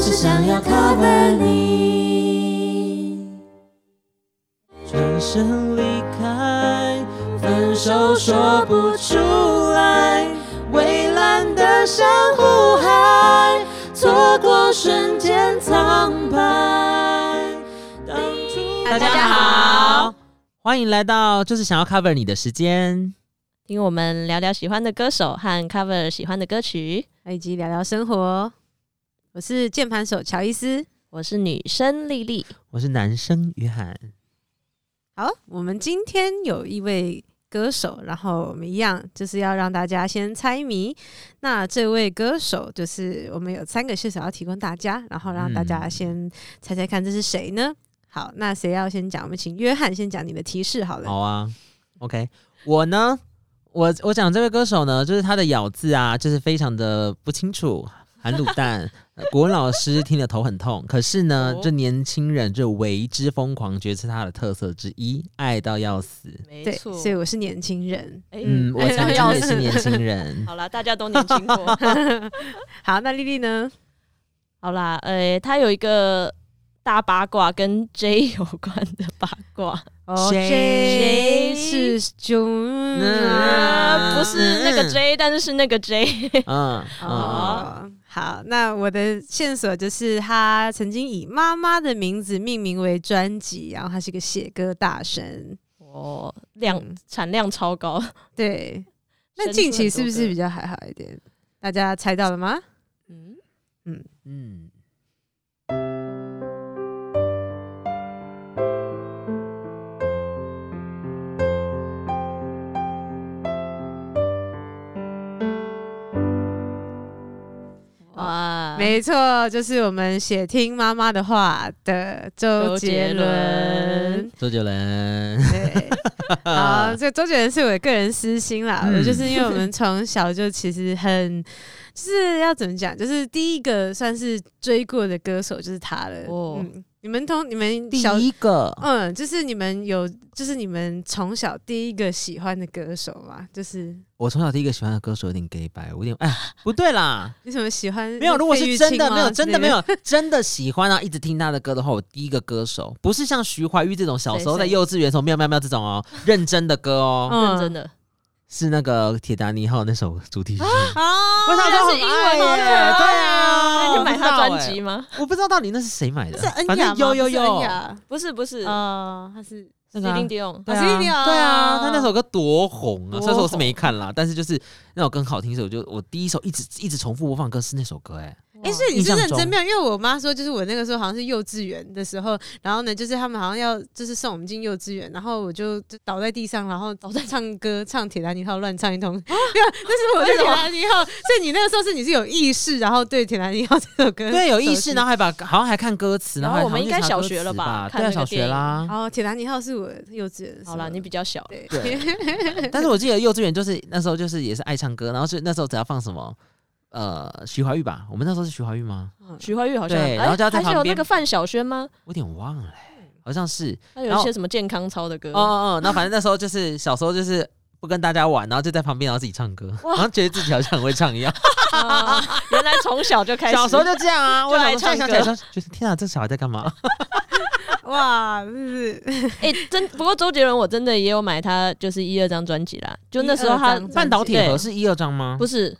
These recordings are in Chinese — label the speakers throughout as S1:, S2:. S1: 只想要 cover 你。转身离开，分手说不出来，蔚蓝的珊瑚海，错过瞬间苍白。当初
S2: 大家好，
S1: 欢迎来到就是想要 cover 你的时间。
S2: 听我们聊聊喜欢的歌手和 cover 喜欢的歌曲。
S3: 还有以及聊聊生活。我是键盘手乔伊斯。
S2: 我是女生丽丽，
S1: 我是男生约翰，
S3: 好，我们今天有一位歌手，然后我们一样就是要让大家先猜谜。那这位歌手就是我们有三个线索要提供大家，然后让大家
S1: 嗯
S3: 先猜猜看这是谁呢？好，那谁要先讲？我们请约翰先讲你的提示好了。
S1: 好啊，OK，我呢，我我讲这位歌手呢，就是他的咬字啊，就是非常的不清楚，含卤蛋。 呃国文老师听得头很痛，可是呢，
S2: 哦
S1: 这年轻人就为之疯狂，觉得是他的特色之一，爱到要死。
S2: 没。
S3: 对，所以我是年轻人。
S1: 嗯，我曾经也是年轻 人
S2: 好啦，大家都年轻过。
S3: 好，那丽丽呢？
S2: 好啦，呃，他有一个大八卦跟 J 有关的八卦，
S3: 哦
S1: 谁
S3: ，J 是就
S1: 嗯
S2: 啊，不是那个 J，但是是那个 J。
S1: 嗯嗯，
S3: 哦，好，那我的线索就是他曾经以妈妈的名字命名为专辑，然后他是个写歌大神。
S2: 哦，量
S3: 嗯
S2: 产量超高，
S3: 对，
S2: 生
S3: 那
S2: 出
S3: 近期
S2: 很
S3: 是
S2: 多
S3: 不是
S2: 歌
S3: 比较还好一点？大家猜到了吗？
S2: 嗯，
S1: 嗯，
S2: 哇，
S3: 没错，就是我们写听妈妈的话的周
S2: 周
S3: 杰
S2: 杰
S3: 伦
S2: 伦。
S1: 周杰伦。
S3: 对，好，这周杰伦是我的个人私心啦。
S1: 嗯
S3: 我就是因为 我们从小就其实很，就是要怎么讲，就是第一个算是追过的歌手就是他了。
S2: 哦
S3: 嗯，你们同你们
S1: 第
S3: 小，
S1: 一哦个，
S3: 嗯，就是你们有，就是你们从小第一个喜欢的歌手嘛，就是
S1: 我从小第一个喜欢的歌手有点 gay 白，我有点哎，不对啦，
S3: 你什么喜欢？
S1: 没有，如果
S3: 费
S1: 是
S3: 玉
S1: 真
S3: 清
S1: 的，
S3: 吗
S1: 没有
S3: 之
S1: 真
S3: 类
S1: 的没有 真的喜欢啊，一直听他的歌的话，我第一个歌手不是像徐怀钰这种小时候在
S2: 谁谁
S1: 幼稚园的时候喵喵喵这种哦，认真的歌 哦，
S3: 嗯
S2: 认真的，
S1: 是那个铁达尼号那首主题曲。
S3: 啊，
S1: 我想说很
S2: 哦原来是英
S1: 爱
S2: 文好可
S1: 耶，
S2: 爱
S1: 哦对啊，
S2: 那你
S1: 我不
S2: 买
S1: 知道
S2: 他专
S1: 哎
S2: 辑，吗？
S1: 我不知道到底那是谁买的
S3: 是，恩
S1: 反
S3: 雅
S1: 正
S3: 吗
S1: 有有嗯
S3: 不是恩
S1: 有，
S3: 雅
S2: 不是不是，
S3: 哦，他是
S1: 那个啊
S2: Celine Dion，
S1: 对
S3: 哦是一定
S1: 啊，
S3: 哦
S1: 对啊，他那首歌多红啊！
S3: 多
S1: 虽然说我是
S3: 红
S1: 没看啦，但是就是那首更好听，所以我就我第一首一直一直重复播放歌是那首歌，哎，
S3: 哎、
S2: 哇
S3: 所以你
S1: 印
S3: 是
S1: 象
S3: 认
S1: 中
S3: 真没有？因为我妈说，就是我那个时候好像是幼稚园的时候，然后呢，就是他们好像要就是送我们进幼稚园，然后我就就倒在地上，然后倒在唱歌，唱《铁达尼号》乱唱一通。对啊， 那是我对《铁达尼号》，所以你那个时候是你是有意识，然后对《铁达尼号》这首
S2: 嗯
S3: 歌
S1: 对，有意
S3: 熟
S1: 识，
S3: 悉
S1: 然后还把好像还看歌词，
S2: 然
S1: 然后
S2: 后哦
S1: 还
S2: 我们
S1: 好像
S2: 应该
S1: 去查
S2: 小
S1: 歌
S2: 学
S1: 词
S2: 了吧
S1: 吧？
S2: 看
S1: 对
S2: 那
S1: 啊，
S2: 个
S1: 小学
S2: 电影
S1: 啦。
S3: 哦，《铁达尼号》是我幼稚园的时候。
S2: 好啦，你比较小，
S3: 对
S1: 对， 但是我记得幼稚园就是那时候就是也是爱唱歌，然后是那时候只要放什么呃徐怀钰吧，我们那时候是徐怀钰吗？
S2: 徐怀钰好像，
S1: 对
S2: 哎
S1: 然后就要在
S2: 还是
S1: 旁
S2: 有
S1: 边
S2: 那个范晓萱吗？
S1: 我有点忘了欸、好像是
S2: 他有一些什么健康操的歌
S1: 哦，哦哦，然后反正那时候就是小时候就是。不跟大家玩，然后就在旁边，然后自己唱歌，然后觉得自己好像很会唱一样。
S2: 啊原来从小就 开始，
S1: 小时候就这样啊，我
S2: 就
S1: 小
S2: 爱
S1: 时候现在想
S2: 唱
S1: 起来说，觉得天啊，这小孩在 干嘛？
S3: 哇，是 不是
S2: 哎、真不过周杰伦我真的也有买他就是一二张专辑啦，就那时候
S3: 一二
S2: 他
S3: 张
S1: 半岛铁盒
S2: 对
S1: 是一二张吗？
S2: 不是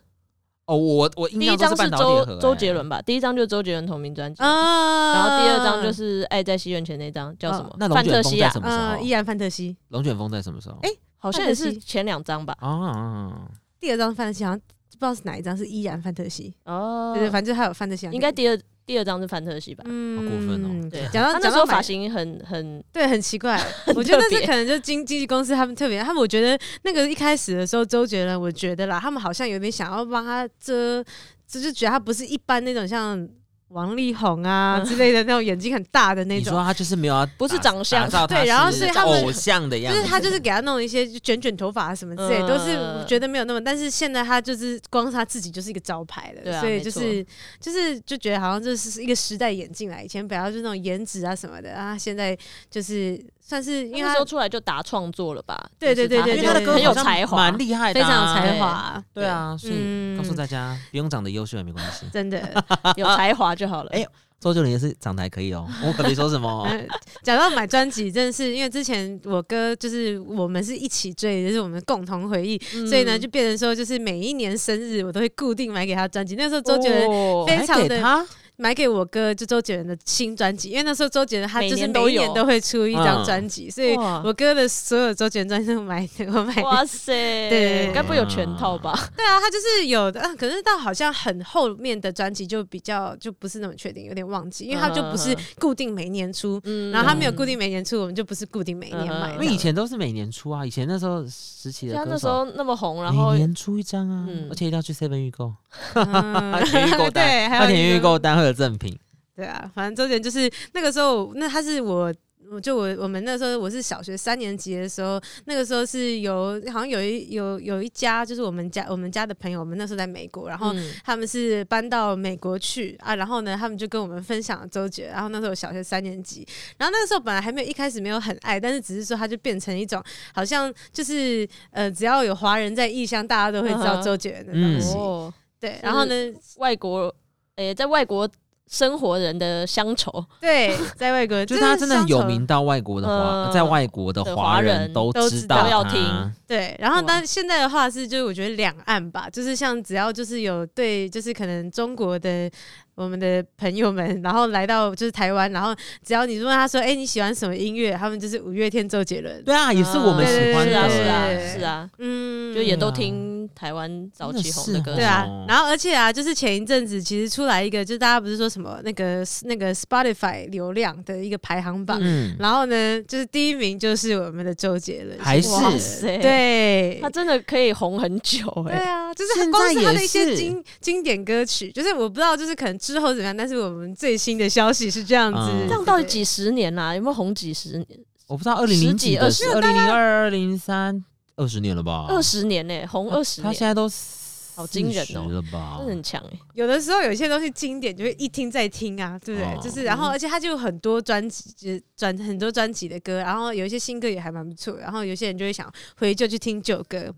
S1: 哦，我我印
S2: 第
S1: 象
S2: 一
S1: 中
S2: 张
S1: 是
S2: 是
S1: 半岛铁
S2: 周、
S1: 盒、欸
S2: 周杰，伦吧，第一张就是周杰伦同名专辑，
S3: 啊
S2: 然后第二张就是《爱在西元前》那张叫什么？
S1: 哦那龙
S2: 范
S1: 卷
S2: 特
S1: 风
S2: 西啊
S1: 在
S2: 亚
S1: 什么时候
S3: 嗯，？依然范特西，
S1: 龙卷风在什么时候？
S3: 哎
S2: 好像也是前两张吧。
S1: 啊，
S3: 第二张范特西好像不知道是哪一张，是依然范特西，
S2: 哦
S3: 对，对，反正还有范特西，啊
S2: 应该第二第二张是范特西吧？
S3: 嗯，
S1: 好过分哦
S2: 对，
S3: 讲到
S2: 他
S3: 讲
S2: 那
S3: 到
S2: 时候
S3: 买
S2: 发型很很
S3: 对，很奇 怪。我觉得
S2: 特
S3: 这
S2: 别
S3: 可能就经经纪公司他们特别，他们我觉得那个一开始的时候，周杰伦，我觉得啦，他们好像有点想要帮他遮，就就觉得他不是一般那种像王力宏啊
S2: 嗯
S3: 之类的那种眼睛很大的那
S1: 你
S3: 种
S1: 说。他就是没有要
S2: 不是
S1: 打
S2: 长相
S1: 打造他
S3: 对然后是他们
S1: 偶像的样
S3: 就
S1: 子，
S3: 是他就是给他弄一些卷卷头发啊什么之类，
S2: 嗯
S3: 都是我觉得没有那么。但是现在他就是光是他自己就是一个招牌了，
S2: 对啊
S3: 所以
S2: 没
S3: 就
S2: 错
S3: 是就是就觉得好像这是一个时代演进来，以前不要就那种颜值啊什么的啊，现在就是算是因为
S2: 那
S3: 他
S2: 时候出来就打创作了吧？
S3: 对对对
S1: 因
S3: 对
S1: 为
S3: 对，
S1: 他的
S3: 对
S1: 歌
S2: 很有
S1: 好像
S2: 才华
S1: 蛮厉害
S3: 非
S1: 的啊，
S3: 常有才
S2: 对
S3: 华，
S1: 对啊，所以
S3: 嗯。
S1: 告诉大家，不用长得优秀也没关系
S3: 真的。
S2: 有才华就好了。
S1: 哎周杰伦也是长得还可以哦，我可没说什么哦。
S3: 嗯讲到买专辑，真的是因为之前我哥就是我们是一起追的，就是我们共同回忆，
S2: 嗯
S3: 所以呢就变成说，就是每一年生日我都会固定买给他专辑。那时候 周杰伦
S2: 哦
S3: 非常
S1: 还
S3: 的
S1: 给他
S3: 买给我哥就周杰伦的新专辑，因为那时候周杰伦他
S2: 每
S3: 就是
S2: 年
S3: 每
S2: 都
S3: 一年
S2: 有
S3: 都会出一张
S1: 嗯
S3: 专辑，所以
S2: 哇
S3: 我哥的所有周杰伦专辑都买 给我买的。
S2: 哇塞，
S3: 对
S2: 该不会有全套吧？
S3: 对啊，他就是有的，啊可是到好像很后面的专辑就比较就不是那么确定，有点忘记，因为他就不是
S2: 嗯嗯
S3: 固定每年出，
S2: 嗯
S3: 然后他没有固定每年出，我们就不是固定每年
S2: 嗯
S1: 因
S3: 买的。
S1: 为以前都是每年出啊，以前那时候时期的
S3: 啊
S2: 像
S1: 歌
S2: 那时
S1: 手，
S2: 候那么红，然后
S1: 每年出一张啊，
S2: 嗯
S1: 而且一定要去 Seven 预购，
S3: 嗯
S1: 填预购
S3: 对，
S1: 单，
S3: 还
S1: 他
S3: 有
S1: 填
S3: 一
S1: 预
S3: 个
S1: 购单会有赠品，
S3: 对啊，反正周杰伦就是那个时候，那他是我。我就我我们那时候我是小学三年级的时候，那个时候是有好像有一有有一家就是我们家我们家的朋友，我们那时候在美国，然后
S2: 嗯
S3: 他们是搬到美国去啊，然后呢，他们就跟我们分享了周杰，然后那时候我小学三年级，然后那个时候本来还没有一开始没有很爱，但是只是说他就变成一种好像就是呃，只要有华人在异乡，大家都会知
S2: 嗯
S3: 道
S2: 哼
S3: 周杰伦的东
S1: 嗯
S3: 西，
S2: 哦，
S3: 对，然后呢，
S2: 外国，诶，在外国生活人的乡愁，
S3: 对，在外 国
S1: 就是他真的有，
S3: 乡愁
S1: 名到外国的华，
S2: 嗯
S1: 在外国的
S2: 的
S1: 华
S2: 华
S1: 人
S2: 人
S1: 都
S3: 都
S1: 知
S3: 知道
S1: 道
S2: 要
S1: 他
S2: 听
S3: 对，然后
S2: 哇
S3: 但现在的话是，就是我觉得两岸吧，就是像只要就是有对，就是可能中国的我们的朋友们，然后来到就是台湾，然后只要你问他说，哎、你喜欢什么音乐，他们就是五月天、周杰伦，
S1: 对啊， 也是我们
S3: 对对
S1: 喜欢
S2: 是
S1: 的
S2: 啊，
S1: 啊，
S2: 是
S3: 对
S2: 啊，
S3: 对
S2: 是啊，
S3: 嗯，
S2: 就也
S1: 嗯
S2: 都
S1: 对啊
S2: 听台湾早期红的歌
S1: 真的
S3: 对
S2: 手
S1: 是
S3: 啊
S1: 哦，
S3: 然后而且啊，就是前一阵子其实出来一个，就是大家不是说什么那个那个 Spotify 流量的一个排行榜，
S1: 嗯，
S3: 然后呢，就是第一名就是我们的周杰伦，
S1: 还是
S2: 哇塞，，
S3: 对
S2: 他，真的可以红很久
S3: 对
S2: 哎，
S3: 啊，就是
S1: 现
S3: 很光
S1: 在
S3: 是他
S1: 也
S3: 的一些
S1: 是
S3: 经经典歌曲，就是我不知道，就是可能之后怎么样，但是我们最新的消息是这样子
S1: 嗯，
S2: 这样到底几十年啊啦？有没有红几十年？
S1: 我不知道二零零
S2: 几
S1: 几
S2: 二
S1: 的
S2: 十
S1: 是二零零二、二零零三，二十年了吧？
S2: 二十年呢，红二十
S1: 他
S2: 年，
S1: 现在都
S2: 好惊人哦
S1: 40了吧
S2: 真的？很强哎。
S3: 有的时候有一些东西经典就会一听再听啊，对不对？
S1: 哦
S3: 就是然后而且他就有很多专辑，就是专很多专辑的歌，然后有一些新歌也还蛮不错，然后有些人就会想回就去听旧歌，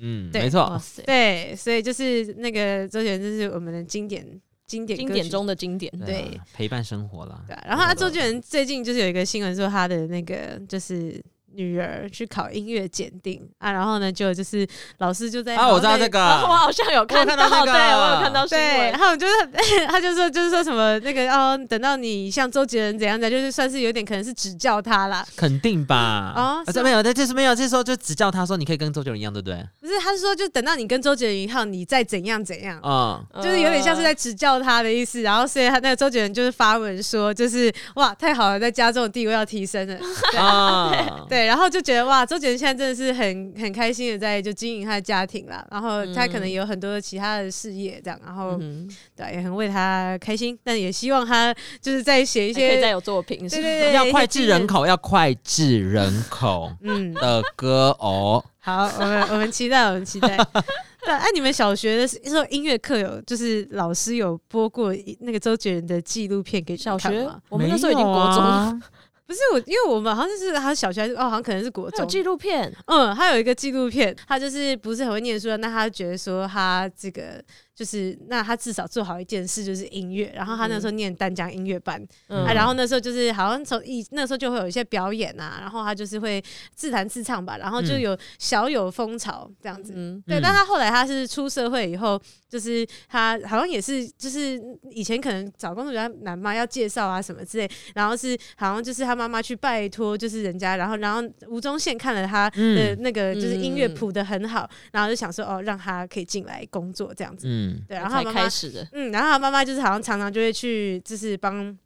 S1: 嗯，
S3: 对
S1: 没
S2: 哇
S1: 错，
S2: 塞，
S3: 对，所以就是那个周杰伦就是我们的经典经典歌
S2: 经典
S3: 曲
S2: 中的经典，
S1: 啊
S3: 对
S1: 陪伴生活啦。
S3: 对啊、然后他周杰
S1: 伦
S3: 伦最近就是有一个新闻说他的那个就是女儿去考音乐检定啊，然后呢就就是老师就在
S1: 啊，我知道这，个，
S2: 啊我好像有看
S1: 我有看到那个啊
S2: 对我有看到新
S3: 对，
S2: 闻
S3: 然，后我就是 他就说就是说什么那个哦，等到你像周杰伦怎样的，就是算是有点可能是指教他啦，
S1: 肯 定吧？
S3: 哦
S1: 啊，
S3: 是
S1: 这没有，但这是没有，这时候就只叫他说，你可以跟周杰伦一样，对不对？
S3: 不是他是说就等到你跟周杰伦一样，你再怎样怎样。
S1: 嗯，
S3: 就是有点像是在指教他的意思，然后所以他那个周杰伦就是发文说，就是哇太好了，在家中的地位要提升了，
S1: 啊，
S3: 对，然后就觉得哇，周杰伦现在真的是很很开心的在就经营他的家庭啦，然后他可能有很多其他的事业这样，然后、
S2: 嗯嗯哼，
S3: 对也很为他开心，但也希望他就是在写一
S2: 还可以
S3: 些
S2: 再有作品，
S3: 对
S2: 是
S3: 对对
S1: 要脍炙人，口，要脍炙人口
S3: 嗯，
S1: 的歌哦。
S3: 好，我们我们期待，我们 期待。对，哎、你们小学的时候音乐课有就是老师有播过一那个周杰伦的纪录片给你
S2: 小
S3: 看
S2: 学
S3: 吗，
S2: 我们那时候已经国中
S3: 啊
S2: 了，
S1: 了，
S3: 不是我，因为我们好像是好像小学还是哦，好像可能是国
S2: 还有
S3: 中，
S2: 纪录片，
S3: 嗯，他有一个纪录片，他就是不是很会念书的，那他觉得说他这个就是，那他至少做好一件事就是音乐。然后他那时候念丹江音乐班、
S2: 嗯
S3: 啊，然后那时候就是好像从一那时候就会有一些表演啊，然后他就是会自弹自唱吧，然后就有小有风潮这样子。
S2: 嗯，
S3: 对，
S1: 嗯
S3: 嗯但他后来他是出社会以后，就是他好像也是，就是以前可能找工作比较难嘛，要介绍啊什么之类，然后是好像就是他妈妈去拜托，就是人家，然后然后呃吴宗宪看了他的
S1: 嗯
S3: 那个就是音乐
S2: 嗯
S3: 谱的很好，然后就想说哦，让他可以进来工作这样子，
S1: 嗯，
S3: 对，然后他
S2: 才
S3: 妈
S2: 开
S3: 妈
S2: 始的，
S3: 嗯，然后他妈妈就是好像常常就会去，就是帮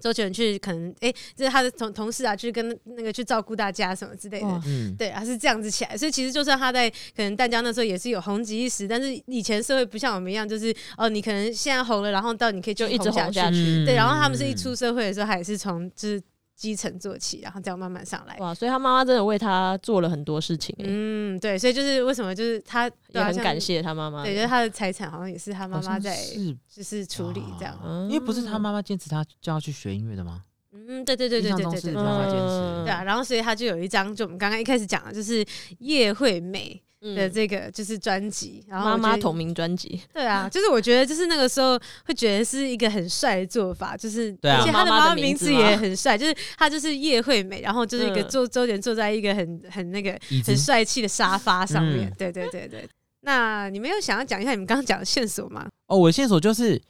S3: 周杰伦去，可能诶，就是他的同同事啊，去跟那个去照顾大家什么之类的
S2: 哇。
S1: 嗯，
S3: 对，啊他是这样子起来，所以其实就算他在可能淡江那时候也是有红极一时，但是以前社会不像我们一样，就是哦，你可能现在红了，然后到你可以继
S2: 就
S3: 续
S2: 一直
S3: 下
S2: 红
S3: 去。
S2: 下去，
S1: 嗯
S3: 对，然后他们是一出社会的时候，他也是从就是基层做起，然后这样慢慢上来。
S2: 哇，所以他妈妈真的为他做了很多事情，哎
S3: 嗯，对，所以就是为什么就是他
S2: 也很感。
S3: 对啊
S2: 谢他妈
S3: 像
S2: 妈，
S3: 对，就是他的财产好像也是他妈
S1: 好
S3: 妈
S1: 像
S3: 在嗯
S1: 是
S3: 就是处理这样。
S2: 哦嗯
S1: 因为不是他妈妈坚持他就要去学音乐的吗？
S3: 嗯，嗯，对对对对
S4: 印象
S3: 对
S4: 中
S3: 对
S4: 是
S3: 对
S4: 这
S3: 对
S4: 样一件
S2: 嗯
S4: 事。
S3: 对啊，然后所以他就有一张，就我们刚刚一开始讲的，就是叶惠美的
S2: 嗯，
S3: 这个就是专辑，然后
S2: 妈
S3: 我觉
S2: 妈
S3: 得
S2: 同名专辑，
S3: 对啊，就是我觉得就是那个时候会觉得是一个很帅的做法，就是
S1: 对啊
S3: 而且他的
S2: 妈妈
S3: 妈
S2: 的
S3: 妈
S2: 名
S3: 名
S2: 字
S3: 字
S2: 吗
S3: 也很帅，就是他就是叶惠美，然后就是一个
S2: 嗯
S3: 周周杰坐在一个很很那个
S1: 椅子
S3: 很帅气的沙发上面
S1: 嗯，
S3: 对对对对。那你们有想要讲一下你们刚刚讲的线索吗？
S1: 哦，我的线索就是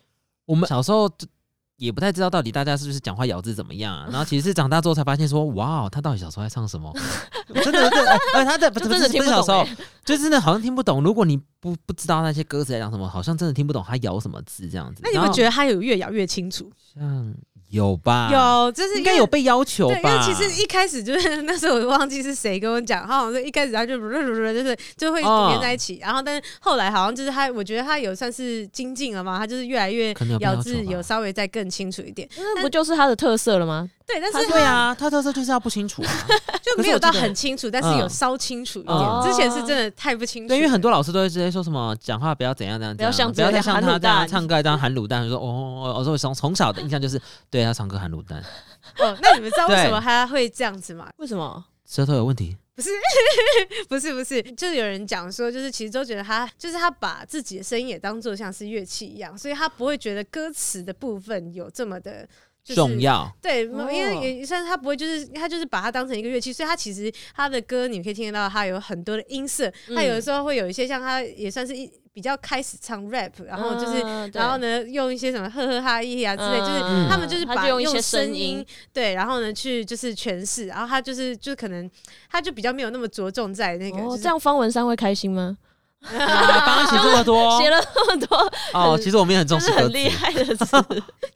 S1: 我们小时候就也不太知道到底大家是不是讲话咬字怎么样啊，然后其实是长大之后才发现说，哇，他到底小时候在唱 什么？真的，真的，呃，他的不
S2: 就是真的
S1: 不
S2: 听
S1: 是
S2: 不
S1: 小
S2: 懂
S1: 时候
S2: 欸，
S1: 就真的好像听不懂。如果你不不知道那些歌词在讲什么，好像真的听不懂他咬什么字这样子。
S3: 那你们觉
S1: 得
S3: 得他有越咬越清楚？
S1: 像有吧？，
S3: 有，就是
S1: 啊应
S3: 因
S1: 该
S3: 为
S1: 有被要求
S3: 对，因为
S1: 吧？
S3: 其实一开始就是那时候我忘记是谁跟我讲，他好像是一开始他就就是就会
S1: 哦
S3: 连在一起，然后但是后来好像就是他，我觉得他有算是精进了嘛，他就是越来越
S1: 可能有被
S3: 咬
S1: 要
S3: 字
S1: 求吧
S3: 有稍微再更清楚一点，
S2: 那不就是他的特色了吗？
S3: 对，但
S1: 他
S3: 是
S1: 对啊，他特色就是要不清楚啊。
S3: 就
S1: 可
S3: 没
S1: 是我
S3: 有到
S1: 记得
S3: 很清楚，但是
S1: 嗯
S3: 有稍清楚一
S1: 哦
S3: 点，之前是真的太不清楚了，
S1: 对，因为很多老师都会直接说什么讲话不要怎样怎样，
S2: 不要
S1: 怎样
S2: 像
S1: 不要
S2: 这
S1: 再
S2: 样
S1: 像
S2: 含
S1: 他
S2: 卤
S1: 这样
S2: 蛋
S1: 唱歌当含卤蛋，就说哦哦哦，我说我从从小的印象就是对他唱歌含卤蛋，
S3: 哦，那你们知道为
S1: 对
S3: 什么他会这样子吗？
S2: 为什么？
S1: 舌头有问题。
S3: 不是不是，就是有人讲说，就是其实都觉得他就是他把自己的声音也当做像是乐器一样，所以他不会觉得歌词的部分有这么的。就是
S1: 重要，
S3: 对，
S2: 哦
S3: 因为也算是他不会，就是他就是把它当成一个乐器，所以他其实他的歌你可以听得到，他有很多的音色，
S2: 嗯
S3: 他有的时候会有一些像他也算是一比较开始唱 rap，然后就是。
S2: 嗯
S3: 然后，呢，用一些什么呵呵哈嘿啊之类，就是
S2: 嗯
S3: 他们就是
S2: 他
S3: 把
S2: 就用一些声
S3: 声
S2: 音
S3: 对，然后呢去就是诠释，然后他就是就可能他就比较没有那么着重在那
S2: 对
S3: 个，
S2: 哦，
S3: 就是
S2: 这样方文山会开心吗？
S1: 帮他写这么多
S2: 写了那么多，
S1: 哦，其实我们也很重
S2: 就
S1: 视
S2: 是
S1: 歌
S2: 很
S1: 词
S2: 厉。害的 词，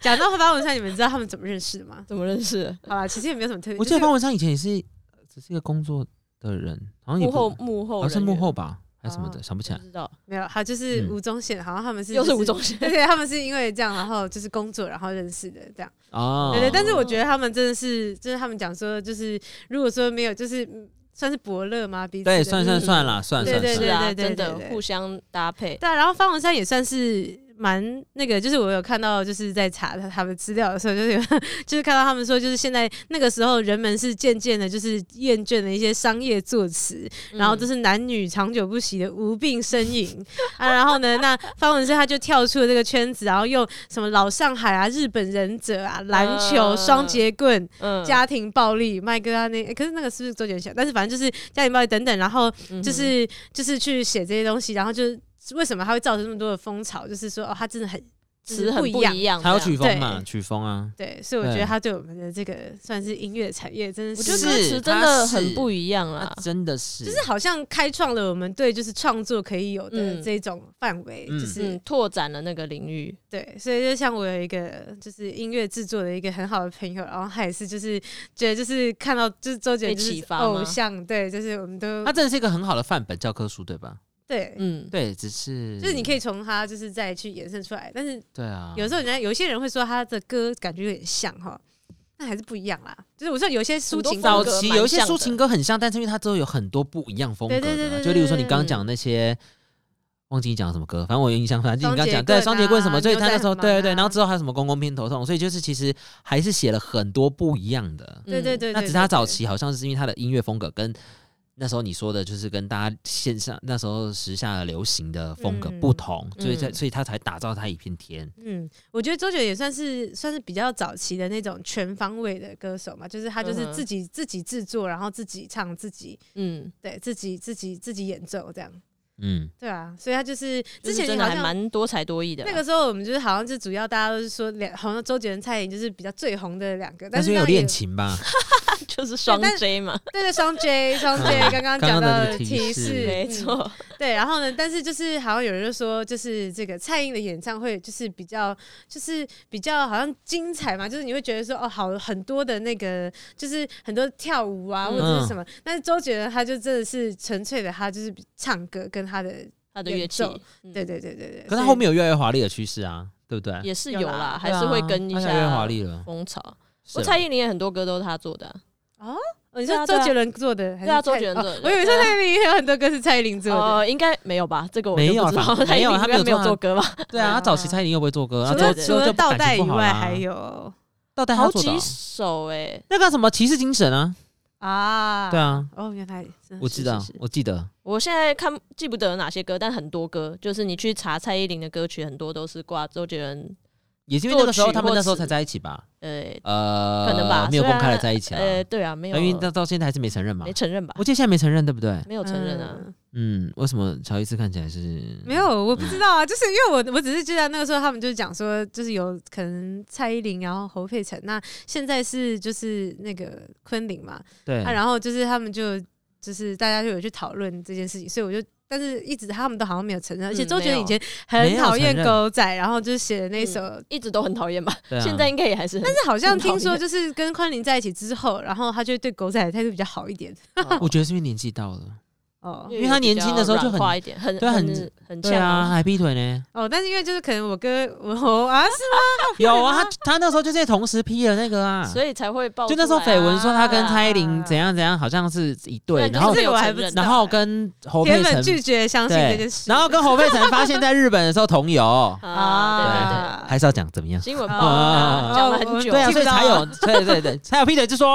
S3: 讲到方文山，你们知道他们怎么认识的吗？
S2: 怎么认识的？
S3: 好啦，其实也没有什么特别，
S1: 我记
S3: 就
S1: 得
S3: 是
S1: 方文山以前也是呃只是一个工作的人，好像也
S2: 幕
S1: 不
S2: 后幕后
S1: 好像是
S2: 人员
S1: 幕后吧，还是什么
S3: 哦
S1: 的，想不起
S2: 不
S1: 来。
S2: 知道，
S3: 没有，他就是
S1: 嗯
S3: 吴宗宪，好像他们是
S2: 又是
S3: 就
S2: 吴宗 宪
S3: 对对，他们是因为这样，然后就是工作，然后认识的这样。
S1: 哦，
S3: 对对，但是我觉得他们真的是，就是他们讲说，就是如果说没有，就是嗯算是伯乐吗？彼此
S1: 对
S3: 的
S1: 算算
S2: 嗯
S1: 算啦，算
S3: 对
S1: 算
S3: 对
S1: 算
S2: 是啊，
S3: 对对
S2: 真
S3: 对
S2: 的
S3: 对
S2: 互相搭配。
S3: 对啊，然后方文山也算是蛮那个，就是我有看到，就是在查他他们资料的时候，就是有 就是看到他们说，就是现在那个时候人们是渐渐的，就是厌倦了一些商业作词，
S2: 嗯
S3: 然后就是是男女长久不息的无病呻吟啊。然后呢，那方文山他就跳出了这个圈子，然后用什么老上海啊、日本忍者啊、篮球、
S2: 嗯
S3: 双节棍、
S2: 嗯
S3: 家庭暴力、麦哥啊那、诶可是那个是不是周杰伦写？但是反正就是家庭暴力等等，然后
S2: 嗯
S3: 就是、就是去写这些东西，然后就是为什么他会造成这么多的风潮？就是说哦，他真的很
S2: 词很
S3: 不一
S2: 不
S3: 样
S2: 一样，
S1: 还有
S2: 这样
S1: 曲风嘛，
S3: 对
S1: 曲风啊，
S3: 对，所以我觉
S1: 对
S3: 得他对我们的这个算是音乐产业真的
S2: 我
S3: 是，
S2: 觉得
S1: 是
S2: 歌词真
S1: 它
S2: 的
S1: 是
S2: 很不一样啊啦
S1: 那。真的是
S3: 啊就是好像开创了我们对就是创作可以有的
S2: 嗯
S3: 这种范围，
S1: 嗯
S3: 就是、
S2: 嗯，拓展了那个领域，
S3: 对，所以就像我有一个就是音乐制作的一个很好的朋友，然后他也是就是觉得就是看到就是周杰伦
S2: 被
S3: 就是
S2: 启发吗啊
S3: 偶像，对，就是我们都
S1: 它真的是一个很好的范本教科书，对吧？
S3: 对。
S2: 嗯，
S1: 对，只是
S3: 就是你可
S1: 以
S3: 以从他就是再去衍生出来，但是
S1: 对啊，
S3: 有时候人家有些人会说他的歌感觉有点像哈，那还是不一样啦。就是我说有些抒情
S2: 很多
S1: 早
S2: 风格
S1: 期
S2: 蛮
S1: 有一些
S2: 像
S1: 抒
S2: 的
S1: 情歌很像，但是因为它之后有很多不一样风格的
S3: 对对
S1: 啊，
S3: 对对
S1: 就例如说你
S3: 对
S2: 嗯
S1: 刚刚讲那些。忘记你讲什么歌，反正我有印象，反正就你刚刚
S3: 双节
S1: 讲对
S3: 棍
S1: 双节棍什
S3: 啊
S1: 么，所以
S3: 牛
S1: 他
S3: 仔
S1: 那时候
S3: 很
S1: 对对
S3: 忙
S1: 对，
S3: 啊
S1: 然后之后还有什么公公偏头痛，所以就是其实还是写了很多不一样的。
S3: 对对
S2: 嗯，
S3: 对，
S1: 那
S3: 对
S1: 只是他早。
S3: 对对
S1: 期好像是因为他的音乐风格跟那时候你说的，就是跟大家线上那时候时下流行的风格不
S3: 嗯
S1: 同，所以才
S2: 嗯
S1: 所以他才打造他一片天。
S3: 嗯，我觉得周杰伦也算是算是比较早期的那种全方位的歌手嘛，就是他就是
S2: 嗯哼
S3: 自己、自己制作，然后自己唱，自己
S2: 嗯，
S3: 对自己自己自己演奏这样，
S1: 嗯，
S3: 对啊，所以他就是
S2: 就
S3: 之
S2: 是
S3: 前
S2: 真
S3: 你
S2: 的
S3: 好
S2: 还
S3: 像
S2: 蛮多才多艺的啦。啊
S3: 那个时候我们就是好像就主要大家都是说两，好像周杰伦、蔡依林就是比较最红的两个，
S1: 但
S3: 但
S1: 是
S3: 是
S1: 因为有
S3: 那也
S1: 恋 情吧，
S2: 就是双
S3: 但
S2: J 嘛，
S3: 对对双 J 双 J
S1: 嗯
S3: 刚刚
S1: 刚
S3: 讲
S1: 刚
S3: 到
S1: 的那
S3: 的
S1: 个提
S3: 提
S1: 示
S3: 示，
S2: 没
S3: 嗯
S2: 错，
S3: 对，然后呢？但是就是好像有人就说，就是这个蔡依林的演唱会就是比较，就是比较好像精彩嘛，就是你会觉得说哦，好很多的那个，就是很多跳舞啊或
S1: 嗯
S3: 者是什么。但是周杰伦他就真的是纯粹的，他就是唱歌跟他的，
S2: 他的乐器
S3: 演奏，
S2: 嗯
S3: 对对对对对。
S1: 可是
S3: 所
S1: 他
S3: 以
S1: 后面有越来越华丽的趋势啊，对不对？
S2: 也是
S3: 有
S2: 有
S3: 啦
S2: 啦，还
S1: 对
S2: 是会
S1: 啊
S2: 跟一
S1: 它越来越华
S2: 下
S1: 丽了。
S2: 风潮。
S1: 是
S2: 我
S1: 啊
S2: 蔡依林也很多歌都是他做的啊，
S3: 哦你
S2: 对啊
S3: 说
S2: 对啊
S3: 周杰伦做的，还
S2: 对啊啊
S3: 是蔡
S2: 周杰伦做的
S3: 哦我以为说蔡依林也有很多歌是蔡依林做 的，
S2: 呃，应该没有吧？这个我就
S1: 没有
S2: 不
S1: 啊
S2: 知道，
S1: 反
S2: 蔡依
S1: 没有
S2: 林应
S1: 啊他没
S2: 该嗯
S1: 有
S2: 没有
S1: 做
S2: 做歌吧？
S1: 对啊，他早期
S3: 啊
S1: 蔡依林又不会做歌，
S3: 除
S1: 然后
S3: 了
S1: 之
S3: 除
S1: 后
S3: 了
S1: 就
S3: 倒
S1: 感
S3: 带
S1: 情
S3: 以
S1: 不好
S3: 外，
S1: 啦
S3: 还有
S1: 倒倒带他
S2: 好
S1: 做的啊、
S2: 几首哎，
S1: 那个什么骑士精神啊，
S3: 啊，
S1: 对，啊，
S3: 哦，原来真的
S1: 我
S3: 是
S1: 记得啊，
S2: 嗯是是
S1: 我记得，
S2: 我现在看记不得有哪些歌，但很多歌就是你去查蔡依林的歌曲，很多都是挂周杰伦，
S1: 也是因为那个时候
S2: 作曲
S1: 他们那时候
S2: 或词
S1: 才在一起吧，
S2: 呃
S1: 呃，
S2: 可能吧
S1: 没有
S2: 虽
S1: 公
S2: 然
S1: 开的在一起啊，
S2: 呃，对啊，没有
S1: 因为到到现在还是没承认嘛
S2: 没，承认吧
S1: 我，记得现在没承认，对不对？
S2: 没有承认啊，
S3: 嗯
S1: 嗯，为什么乔伊斯看起来是
S3: 没有，我不知道啊，就是因为我我只是知道那个时候他们就讲说，就是有可能蔡依林，然后侯佩岑，那现在是就是那个昆凌嘛，
S1: 对？
S3: 啊，然后就是他们就就是大家就有去讨论这件事情，所以我就。但是一直他们都好像没有承认，而且
S2: 嗯
S3: 周杰
S2: 没
S3: 伦
S2: 有
S3: 以前
S1: 没
S3: 很
S1: 有
S3: 讨厌
S1: 承认
S3: 狗仔，然后就写的那首，
S2: 一直都很讨厌吧，
S1: 对啊
S2: 现在应该也还是很
S3: 但。是好像
S2: 很讨
S3: 听说
S2: 厌
S3: 就是跟昆凌在一起之后，然后他就对狗仔的态度比较好一点
S1: 我觉得是因为年纪到了，
S3: 哦
S1: 因为他年轻的时候就很
S2: 比较软化一点，很
S1: 对啊很
S2: 很很
S1: 对
S2: 呛
S1: 啊，。还劈腿 呢，
S3: 哦，但是因为就是可能我哥我我啊是
S1: 有啊，他他那时候就在同时劈了那个啊，
S2: 所以才会爆出
S1: 就
S2: 来啊。
S1: 那时候绯闻说他跟蔡依林
S3: 啊
S1: 怎样怎样，好像是一
S2: 对，
S1: 对，
S2: 就
S1: 然后
S2: 是没有
S3: 这个我还
S2: 承
S3: 不
S2: 认，
S3: 知道
S1: 然后跟侯
S3: 铁
S1: 佩
S3: 粉
S1: 岑
S3: 拒绝相信这件
S1: 对
S3: 事，，
S1: 然后跟侯佩岑发现在日本的时候同游
S2: 啊，
S1: 还是要讲怎么样
S2: 对对对，？新闻报
S1: 啊
S2: 啊讲了很久，
S1: 对啊，
S3: 记
S1: 所
S3: 不
S1: 以
S3: 到啊
S1: 才有，对对对，才有劈腿之说。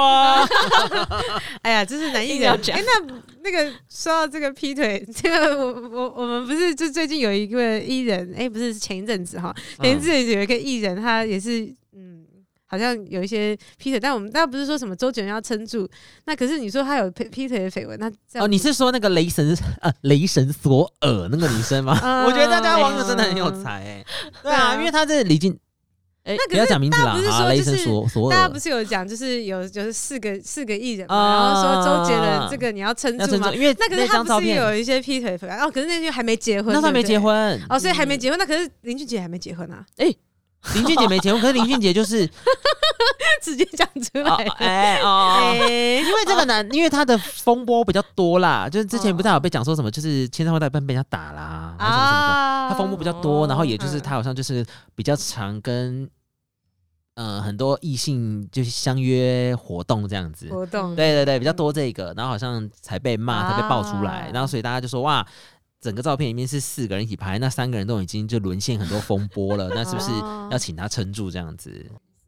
S3: 哎呀，真是难
S2: 一
S3: 以
S2: 定要
S3: 忍。
S2: 讲
S3: 哎、 那那个说到这个劈腿， 这个我我我们不是就最近有一个艺人，哎、不是是前一阵子哈，
S1: 嗯
S3: 前一阵子有一个艺人，他也是嗯。好像有一些劈腿，但我们大家不是说什么周杰伦要撑住，那可是你说他有劈劈腿的绯闻，那这样
S1: 哦，你是说那个雷神 呃雷神索尔那个女生吗？
S3: 嗯
S1: 我觉得大家网友真的很有才哎、对啊，因为她这李静，
S3: 哎那
S1: 不
S3: 可
S1: 要
S3: 是
S1: 讲名字啦，
S3: 不是
S1: 啊，
S3: 说
S1: 雷
S3: 就
S1: 神
S3: 是
S1: 索索
S3: 大家
S1: 尔
S3: 不。是有讲，就是有就是四个四个艺人嘛，
S1: 啊
S3: 然后说周杰伦这个你要撑
S1: 要
S3: 住
S1: 尊
S3: 嘛
S1: 重，，因为
S3: 那可是他
S1: 张照
S3: 不是
S1: 片，
S3: 有一些劈腿绯闻，哦，可是那句还没结婚，
S1: 那时候
S3: 对
S1: 没
S3: 不对
S1: 结婚，
S3: 哦，所以还没结婚，那可是林俊杰还没结婚啊，
S1: 林俊杰没结婚，可 是林俊杰就是
S3: 直接讲出
S1: 哦
S3: 来了。
S1: 哎哦。
S3: 哎
S1: 因为这个男，因为他的风波比较多啦，就是之前不是还有被讲说什么，就是签唱会代办被人家打啦，啊还是什么什么的，
S2: 啊
S1: 他风波比较多，然后也就
S2: 哦
S1: 是
S3: 嗯
S1: 他好像就是比较常跟呃很多异性就是相约活动这样子，
S3: 活动，
S1: 对对对，比较多这个，然后好像才被骂，才被爆出来
S3: 啊，
S1: 然后所以大家就说哇，整个照片里面是四个人一起拍，那三个人都已经就沦陷很多风波 了，那是不是
S3: 哦
S1: 要请他撑住这样子？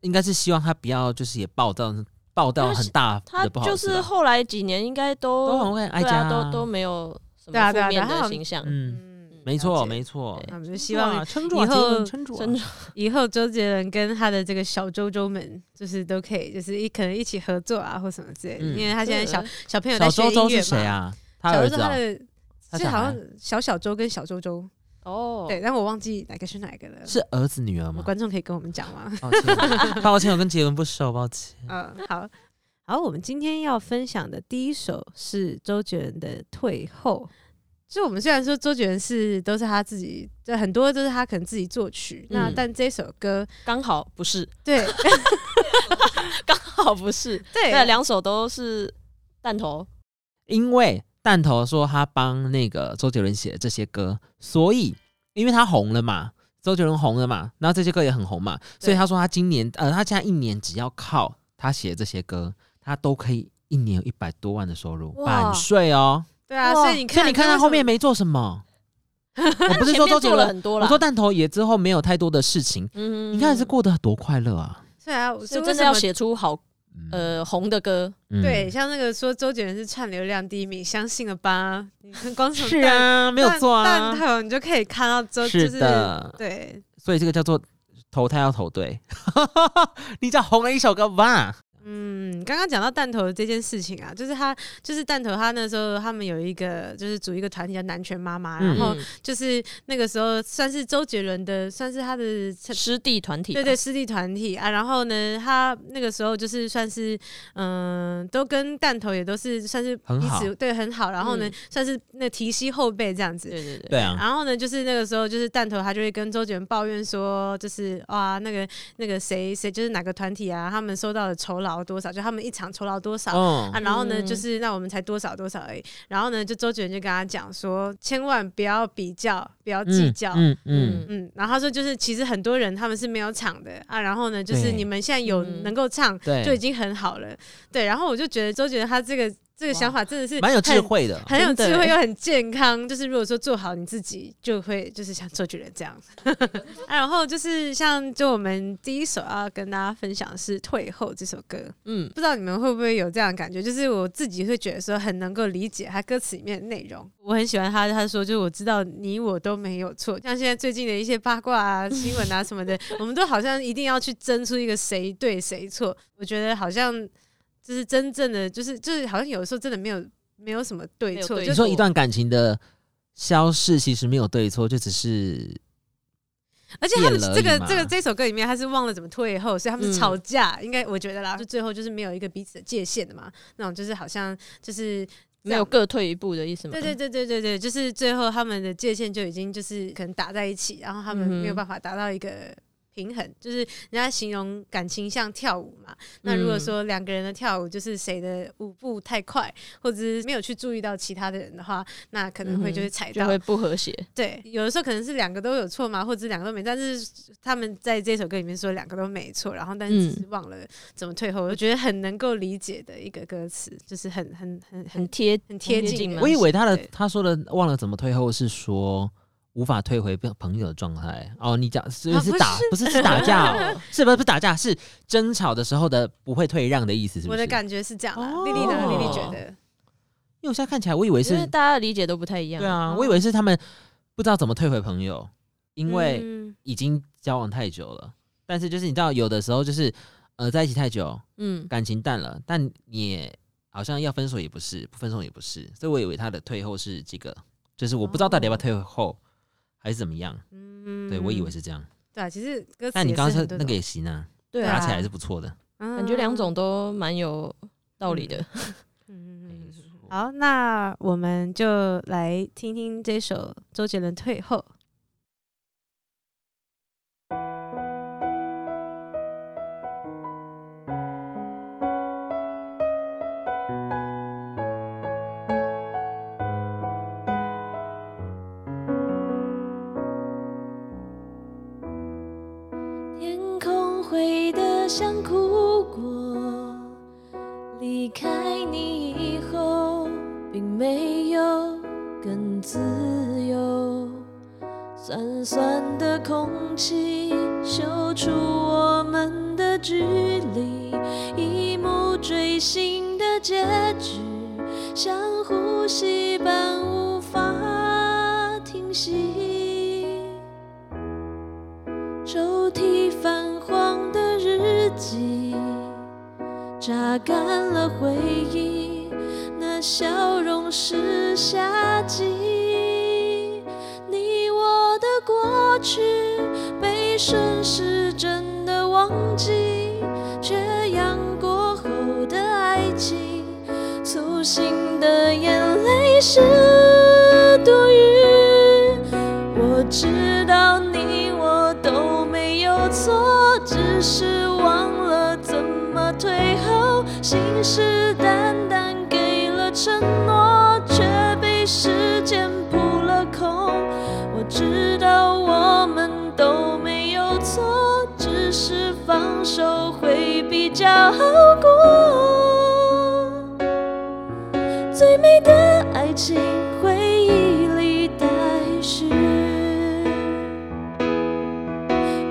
S1: 应该是希望他不要就是也爆到爆到很大
S2: 他
S1: 的不好的
S2: 就
S1: 事
S2: 是
S1: 吧
S2: 后来几年应该
S1: 都很
S2: 都
S1: 会爱
S2: 对
S1: 家
S2: 啊，
S1: 啊，
S2: 都都没有什
S3: 对
S2: 么
S3: 啊对啊
S2: 负面
S3: 对啊
S2: 的形象。
S1: 嗯，
S3: 嗯
S1: 没
S3: 了
S1: 错
S3: 解
S1: 没错，
S3: 那我们就希望
S1: 哇撑住啊
S3: 以后
S1: 杰伦撑住 啊，
S2: 真的
S3: 以后周杰伦跟他的这个小周周们，就是都可以，就是一可能一起合作啊，或什么之类的。
S1: 嗯
S3: 因为他现在小小朋友在
S1: 小
S3: 学
S1: 周周
S3: 音乐
S1: 是
S3: 嘛，
S1: 谁啊？他
S3: 小
S1: 儿
S3: 周
S1: 子
S3: 周他
S1: 啊，
S3: 的
S1: 他
S3: 是
S1: 小
S3: 好
S1: 孩
S3: 像小小周跟小周周，
S2: 哦，
S3: 对，但我忘记哪个是哪个了。
S1: 是儿子女儿
S3: 我们
S1: 吗？
S3: 观众可以跟我们讲 吗？
S1: 抱 歉，抱歉，我跟杰伦不熟，抱歉。
S3: 嗯，好。好，我们今天要分享的第一首是周杰伦的《退后》。就我们虽然说周杰伦是都是他自己，就很多都是他可能自己作曲，那
S1: 嗯
S3: 但这首歌，
S2: 刚好不 是，
S3: 对
S2: 刚好不是，
S3: 对
S2: 那两首都是弹头，
S1: 因为弹头说他帮那个周杰伦写的这些歌，所以因为他红了嘛，周杰伦红了嘛，然后这些歌也很红嘛，
S2: 对
S1: 所以他说他今年呃，他现在一年只要靠他写的这些歌，他都可以一年有一百多万的收入，
S2: 哇
S1: 版税哦。
S3: 对啊，
S2: 哇
S3: 所以你
S1: 所
S3: 看，
S1: 以你看
S3: 为
S1: 他
S3: 什
S1: 后面
S3: 么
S1: 没做什么，我不是
S2: 前
S1: 说
S2: 面
S1: 周杰
S2: 做了
S1: 伦，
S2: 很多
S1: 我
S2: 啦。
S1: 说弹头也之后没有太多的事情，
S2: 嗯
S1: 你看是过得多快乐啊。
S3: 对啊，所
S2: 是
S3: 以
S2: 真
S3: 为
S2: 的
S3: 什
S2: 要
S3: 么
S2: 写出好呃红的歌，
S1: 嗯
S3: 对，，像那个说周杰伦是串流量第一名，相信了吧？你看光 什么
S1: 是
S3: 蛋，
S1: 啊，没有做
S3: 蛋
S1: 啊，
S3: 头你就可以看到周，就是是
S1: 的，
S3: 对，
S1: 所以这个叫做投胎要投对， 你只要红了一首歌吧。
S3: 嗯，刚刚讲到弹头这件事情啊，就是他，就是弹头，他那时候他们有一个就是组一个团体叫南拳妈妈，
S1: 嗯
S3: 然
S2: 然
S3: 后
S2: 后
S3: 就是那个时候算是周杰伦的，算是他的
S2: 师弟团体吧，
S3: 对对师弟团体啊。然后呢，他那个时候就是算是嗯、都跟弹头也都是算是
S1: 很
S3: 彼
S1: 好
S3: 此对很好，然后呢、
S2: 嗯
S3: 算是那提携后辈这样子。
S2: 对对对，
S1: 对啊，
S3: 然后呢，就是那个时候，就是弹头他就会跟周杰伦抱怨说，就是哇，那个那个谁谁，就是哪个团体啊，他们收到的酬劳多少，就他们一场酬劳多少。
S1: 嗯
S3: 啊，，然后呢，就
S2: 嗯
S3: 是那我们才多少多少而已。然后呢，就周杰伦就跟他讲说，千万不要比较，不要计较。嗯
S1: 嗯嗯，
S3: 然后他说就是，其实很多人他们是没有唱的啊。然后呢，就是
S1: 对
S3: 你们现在有
S2: 嗯
S3: 能够唱，就已
S1: 对，
S3: 经很好了。对，然后我就觉得周杰伦他这个这个想法真的是
S1: 蛮有智
S3: 很
S1: 慧的。
S3: 很有
S2: 真的
S3: 智慧
S2: 欸
S3: 又很健康，就是如果说做好你自己，就会就是像周杰伦这样。 啊、然后就是像就我们第一首要跟大家分享的是《退后》这首歌，
S1: 嗯，
S3: 不知道你们会不会有这样的感觉？就是我自己会觉得说很能够理解他歌词里面的内容，我很喜欢他。他说就是我知道你我都没有错，像现在最近的一些八卦啊、 新闻啊什么的，我们都好像一定要去争出一个谁对谁错。我觉得好像就是真正的就是就是好像有的时候真的没有没有什么对
S2: 没有
S3: 错，
S2: 对
S3: 就
S2: 错
S1: 你说一段感情的消逝，其实没有对错，就只是
S3: 而且他们
S1: 变了而
S3: 这
S1: 已
S3: 个
S1: 嘛
S3: 这个这首歌里面，他是忘了怎么退后，所以他们
S1: 嗯
S3: 是吵架，应该我觉得啦，就最后就是没有一个彼此的界限的嘛，那种就是好像就是
S2: 没有各退一步的意思吗？
S3: 对对对对对对，就是最后他们的界限就已经就是可能打在一起，然后他们
S2: 嗯哼
S3: 没有办法达到一个平衡。就是人家形容感情像跳舞嘛，那如果
S2: 嗯
S3: 说两个人的跳舞就是谁的舞步太快，或者是没有去注意到其他的人的话，那可能
S2: 嗯
S3: 会
S2: 哼
S3: 就是踩
S2: 就
S3: 到。
S2: 会不和谐。
S3: 对，有的时候可能是两个都有错嘛，或者是两个都没，但是他们在这首歌里面说两个都没错，然后但是
S2: 嗯
S3: 只是忘了怎么退后，我觉得很能够理解的一个歌词，就是很很很很
S2: 很贴
S3: 很贴近
S2: 近
S3: 的
S2: 吗
S1: 我以为他的
S3: 对
S1: 他说的忘了怎么退后是说无法退回朋友的状态哦。你讲是
S3: 啊
S1: 是
S3: 不
S1: 打
S3: 是
S1: 不是是打架 哦，是不是不是打架是争吵的时候的不会退让的意思，是不
S3: 我
S1: 是？
S3: 的感觉是这样啦
S1: 哦。
S3: 丽丽呢？丽丽觉得
S1: 因为我现在看起来我以为
S2: 因为
S1: 是
S2: 大家的理解都不太一样。
S1: 对啊，
S3: 哦
S1: 我以为是他们不知道怎么退回朋友，因为
S3: 嗯
S1: 已经交往太久了。但是就是你知道，有的时候就是呃在一起太久，
S2: 嗯，
S1: 感情淡了，但你也好像要分手也不是，不分手也不是，所以我以为他的退后是这个，就是我不知道到底要不要退后，还是怎么样。
S3: 嗯
S1: 对我以为是这样，
S3: 对啊，其实歌词
S1: 但你
S3: 也
S1: 刚刚
S3: 是
S1: 说
S3: 很多
S1: 那个
S3: 种
S1: 也行啊，
S2: 对
S1: 打
S2: 啊，
S1: 起来是不错的。
S3: 嗯
S2: 感觉两。种都蛮有道理的。
S3: 嗯嗯嗯嗯
S1: 没
S3: 嗯
S1: 错
S3: 好，那我们就来听听这首周杰伦《退后》。
S4: 天空灰得像哭过，离开你以后，并没有更自由。酸酸的空气嗅出我们的距离，一幕锥心的结局，像呼吸般无法停息。抽屉泛黄的日记，榨干了回忆，那笑容是夏季。你我的过去被顺时针的忘记，缺氧过后的爱情，粗心的眼泪是多余。我知道你我都没有错，只是忘了怎么退后。信誓旦旦给了承诺，却被时间扑了空。我知道我们都没有错，只是放手会比较好过。最美的爱情回忆里待续。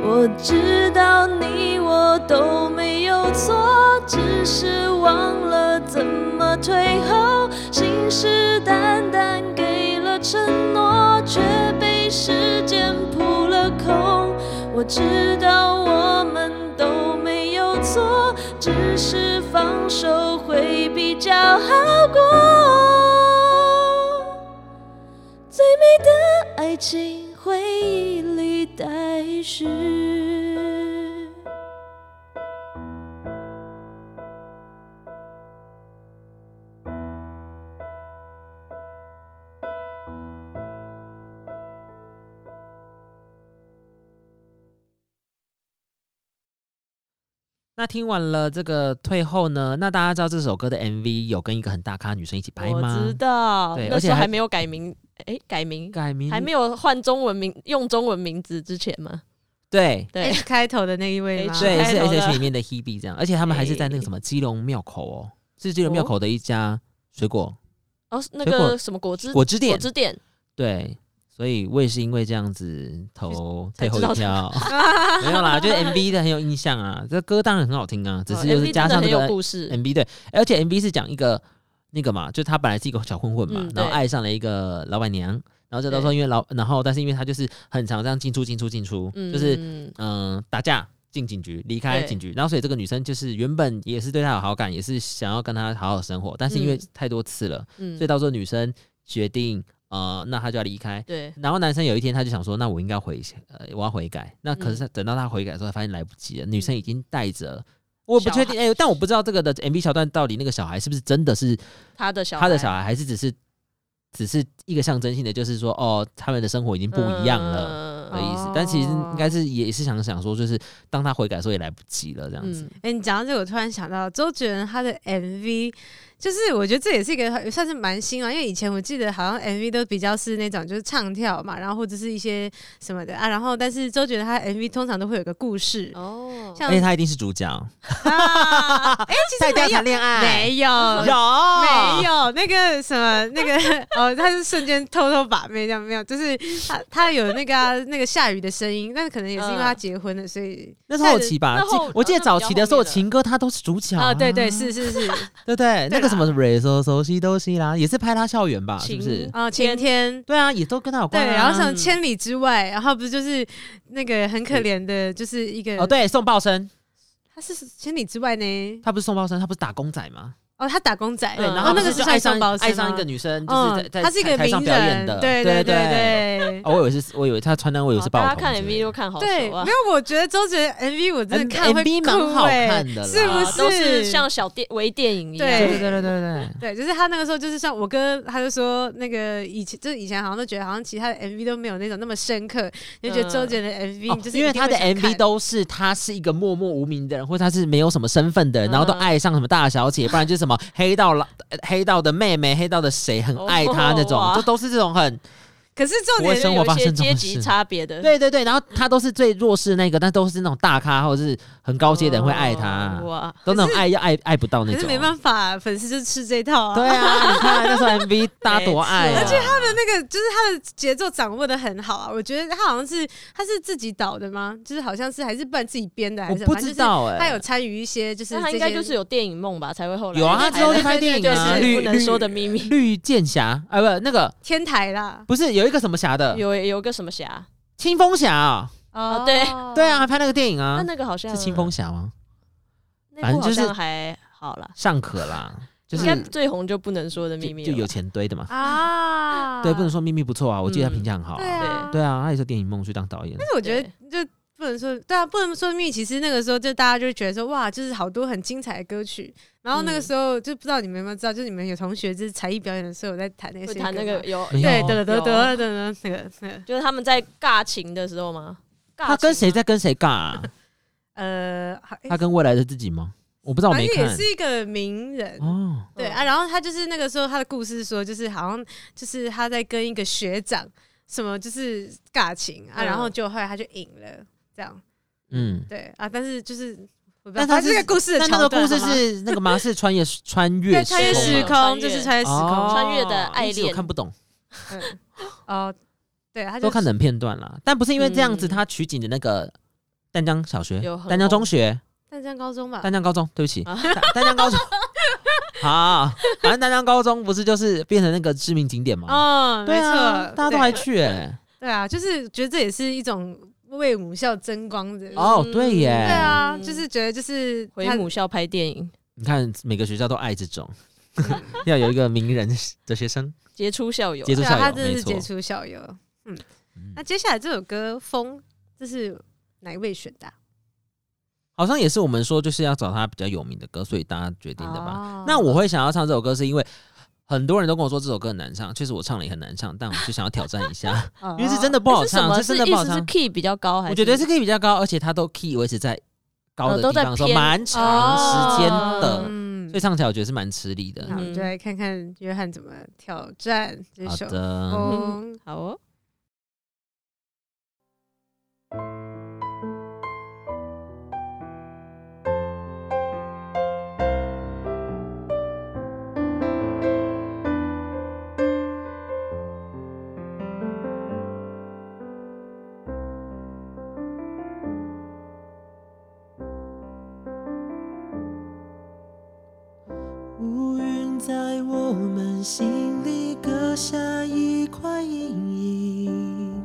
S4: 我知道你我都没有错，只是忘了怎么退后，信誓旦旦给了承诺，却被时间扑了空。我知道我们都没有错，只是放手会比较好过。最美的爱情回忆里待续。
S1: 那听完了这个退后呢，那大家知道这首歌的 MV 有跟一个很大咖女生一起拍
S2: 我
S1: 吗？
S2: 知道，
S1: 对
S2: 那
S1: 而且
S2: 时候
S1: 还
S2: 还没有改名，哎，改名
S1: 改名
S2: 还没有换中文名，用中文名字之前吗？
S1: 对。
S2: 对，
S3: H 开头的那一位吗？
S2: H
S1: 对，
S2: 开
S1: 是
S2: 头
S1: H
S2: 的
S1: H 里面的 Hebe 这样，而且他们还是在那个什么基隆庙口哦，是基隆庙
S2: 哦
S1: 口的一家水果
S2: 哦，那
S1: 水果
S2: 个什么果汁
S1: 果汁店
S2: 果，汁店，
S1: 对，所以我也是因为这样子投
S2: 才
S1: 最后
S2: 知道
S1: 一票， 没有啦，就是 MV 的很有印象啊，这歌当然很好听啊，只
S2: 哦
S1: 是就
S2: MV
S1: 是加
S2: 真的
S1: 上
S2: 很
S1: 这个哎
S2: 有故事，
S1: MV 对，而且 MV 是讲一个那个嘛，就他本来是一个小混混嘛，
S2: 嗯
S1: 然后
S2: 对
S1: 爱上了一个老板娘，然后再到时候因为老，然后但是因为他就是很常这样进出进出进出，就是
S2: 嗯
S1: 嗯、呃打架进警局，离开
S2: 对
S1: 警局，然后所以这个女生就是原本也是对他有好感，也是想要跟他好好生活，但是因为
S2: 嗯
S1: 太多次了，
S2: 嗯
S1: 所以，到时候女生决定呃，那他就要离开。
S2: 对，
S1: 然后男生有一天他就想说，那我应该悔，呃，我要悔改。那可
S2: 嗯
S1: 是等到他悔改的时候，发现来不及了，女生已经带着。我不确定，哎、但我不知道这个的 MV 桥段到底那个小孩是不是真的是
S2: 他的小
S1: 他的小
S2: 孩
S1: 孩，还是只是只是一个象征性的，就是说哦，他们的生活已经不一样了
S2: 了
S1: 的意思。但其实
S3: 哦
S1: 应该是也是想想说，就是当他悔改的时候也来不及了，这样子。
S2: 嗯，
S3: 哎、你讲到这个，我突然想到周杰伦他的 MV，就是我觉得这也是一个很算是蛮新啊，因为以前我记得好像 MV 都比较是那种就是唱跳嘛，然后或者是一些什么的啊，然后但是周杰伦他的 MV 通常都会有个故事，
S2: 哦，
S3: 像
S1: 而且他一定是主角，
S3: 嗯 啊，哎、其
S1: 带
S3: 实没
S1: 大家
S3: 有
S1: 谈恋爱，
S3: 没有
S1: 有
S3: 没有那个什么那个 哦，他是瞬间偷偷把妹，这样没有，就是他他有那个啊、那个下雨的声音，但是可能也是因为他
S2: 嗯
S3: 结婚了，所以
S1: 那是后期吧
S2: 那？后
S1: 记我记得
S2: 那
S1: 早
S2: 比较
S1: 期的时
S2: 后
S1: 候，
S2: 面的
S1: 情歌他都是主角
S3: 啊，对对，是是 是
S1: 对不对？那个什么什么 r e s o 熟悉都西啦，也是拍他校园吧？是
S2: 情
S1: 不是？
S3: 啊，晴天。
S1: 对啊，也都跟他有
S3: 对，
S1: 关、啊。
S3: 然后像
S2: 嗯
S3: 千里之外，然后不是就是那个很可怜的，就是一个
S1: 哦，，对，宋报生，
S3: 他是千里之外呢。
S1: 他不是宋报生，他不是打工仔吗？
S3: 哦，他打工仔，
S1: 对，
S2: 嗯
S1: 然后
S3: 哦那个
S1: 就是爱上
S3: 双胞
S1: 爱上一个，女生，就是在
S3: 嗯，
S1: 在
S3: 他是一个
S1: 台
S3: 名
S1: 上表演
S3: 人
S1: 的，，
S3: 对
S1: 对
S3: 对对。
S1: 哦，我以为是，我以为他穿单，我以为
S2: 好
S1: 是
S3: 哦
S1: 爆
S2: 大家
S1: 红。
S2: 看 MV 都看好
S3: 对，
S2: 熟啊
S3: 没。有，我觉得周杰伦 MV 我真的看
S1: 嗯 M-
S3: 会
S1: MV
S3: 哭
S1: 蛮好
S3: 欸
S1: 看的啦哦
S3: 是不
S2: 啊都
S3: 是？
S2: 是像小电微电影一样。
S1: 对对
S3: 对
S1: 对对对对。
S3: 对，就是他那个时候，就是像我哥，他就说那个以前，就是以前好像都觉得好像其他的 MV 都没有那种那么深刻，你就觉得周杰伦的 MV，、
S1: 哦
S3: 你就是
S1: 因为
S3: 一定
S1: 他
S3: 会
S1: 的
S3: 想
S1: MV
S3: 看
S1: 都是他是一个默默无名的人，或者他是没有什么身份的人，然后都
S2: 嗯
S1: 爱上什么大小姐，不然就是什么黑道老呃黑道的妹妹、黑道的谁很爱他那种
S2: 哦，哇
S1: 这都是这种很
S3: 可是重
S1: 不会
S2: 就
S3: 点
S2: 是
S1: 生活发
S2: 有一些
S1: 生这
S2: 阶
S1: 种
S2: 级
S1: 事
S2: 差别的。
S1: 对对对，然后他都是最弱势那个，但都是那种大咖或者是很高阶的人会爱他
S2: 哦，哇，
S1: 都那种爱要爱爱不到那
S3: 可是
S1: 种啊
S3: 没。办法、粉丝就吃这一套啊。
S1: 对啊，你看那时候 MV 大家多爱啊，
S2: 而且
S1: 他们
S3: 那个就是他的节奏掌握的很好啊，我觉得他好像是他是自己导的吗？就是好像是还是不然自己编的，还
S1: 我
S3: 是
S1: 不知、道
S3: 反正就是
S1: 哎，
S3: 他有参与一些就是
S2: 那他
S3: 这
S2: 应该
S3: 些
S2: 就是有电影梦吧，才会后来
S1: 有啊，他之后就拍电
S2: 对
S1: 影
S2: 对
S1: 啊，
S2: 对
S1: 绿
S2: 是不能
S1: 绿
S2: 说的秘密。
S1: 绿剑侠，啊，不那个
S3: 天台啦。
S1: 不是有一个什么侠的
S2: 有有个什么侠？
S1: 清风侠啊。
S3: 哦
S2: 对
S1: 对啊，，还拍那个电影
S2: 那
S1: 啊，
S2: 那个好像
S1: 是清风，侠吗？
S2: 那
S1: 反
S2: 部
S1: 正
S2: 好
S1: 就是
S2: 像还好啦。
S1: 尚可啦，就是
S2: 应该最红就不能说的秘密
S1: 就
S2: 了
S1: 就有
S2: 吧
S1: 钱堆的嘛。
S3: 啊，
S1: 对，不能说秘密不错啊，我记得他
S2: 嗯
S1: 评价很好
S3: 对
S1: 啊。
S3: 啊，
S1: 对啊，他也是电影梦去当导演。
S3: 但是我觉得就不能说，对啊，不能说密。其实那个时候就大家就觉得说，哇，就是好多很精彩的歌曲。然后那个时候就不知道你们有没有知道，就是你们有同学就是才艺表演的时候有在弹那个
S2: 会
S3: 些
S2: 谈那
S3: 歌
S2: 个
S3: 吗
S2: 有，
S1: 没有
S3: 对，
S1: 啊
S3: 得得
S2: 有
S3: 得得得那个那个
S2: 就是他们在尬情的时候吗？尬
S1: 他跟
S2: 情
S1: 谁
S2: 吗？
S1: 在跟谁 尬啊？
S3: 呃，好哎
S1: 他跟未来的自己吗？我不知道，我
S3: 反
S1: 没
S3: 正也
S1: 看。
S3: 是一个名人。
S1: 哦，
S3: 对
S2: 嗯
S3: 啊，然后他就是那个时候他的故事是说，就是好像就是他在跟一个学长什么就是尬情啊，
S2: 嗯
S3: 然后就后来他就赢了，这样
S1: 嗯。
S3: 对啊，但是就是我不知道
S1: 但他
S3: 反正这个故事的
S1: 但那
S3: 桥
S1: 个
S3: 段
S1: 故事
S3: 好吗
S1: 是那个吗？是穿越穿越
S3: 对，穿越时
S2: 嘛
S1: 空
S2: 穿
S3: 空
S2: 越
S3: 就是穿越时空。
S1: 哦
S2: 穿越的爱
S1: 一直有
S2: 恋
S1: 看不懂，
S3: 嗯哦，对，他就
S1: 都看冷片段啦。但不是因为这样
S2: 嗯
S1: 子，他取景的那个淡江小学
S2: 有、很
S1: 淡江中
S2: 红
S1: 学，
S3: 淡江高中吧
S1: 丹，江高中，对不起，
S2: 啊
S1: 丹丹江高中，好，反正丹江高中不是就是变成那个知名景点吗？
S3: 嗯，
S1: 对
S3: 没错
S1: 啊，，大家都
S3: 对
S1: 还去哎，
S3: 对啊，就是觉得这也是一种为母校争光的，
S1: 哦，对
S3: 对
S1: 耶，
S3: 啊，
S2: 嗯
S3: 就是觉得就是
S2: 回
S3: 他
S2: 母校拍电影，
S1: 你看每个学校都爱这种，
S3: 嗯
S1: 要有一个名人的学生
S2: 杰出校友
S1: 杰出
S3: 对啊，
S1: 校
S3: 他
S1: 友，
S3: 真的
S1: 没
S3: 是
S1: 错
S3: 杰。出校友。嗯，
S1: 嗯
S3: 那接下来这首歌《风》，这是哪一位选的啊？
S1: 好像也是我们说就是要找他比较有名的歌，所以大家决定的吧。
S3: 哦
S1: 那我会想要唱这首歌，是因为很多人都跟我说这首歌很难唱，确实我唱了也很难唱，但我就想要挑战一下，
S3: 哦
S1: 因为是真的不好
S2: 是什
S1: 唱，
S2: 么？
S1: 这
S2: 哦是
S1: 真的
S2: 意
S1: 不好
S2: 思是
S1: 唱。
S2: key 比较高还是？
S1: 我觉得是 key 比较高，而且它都 key 维持在高的
S2: 呃都
S1: 地
S2: 在
S1: 方，说
S2: 偏哦
S1: 蛮长时间的，
S3: 嗯
S1: 所以，唱起来我觉得是蛮吃力的
S3: 那。我们就来看看约翰怎么挑战这
S2: 哦
S1: 好
S3: 首《
S1: 的，嗯
S3: 风》。
S2: 好哦，
S1: 风
S5: 心里刻下一块阴影。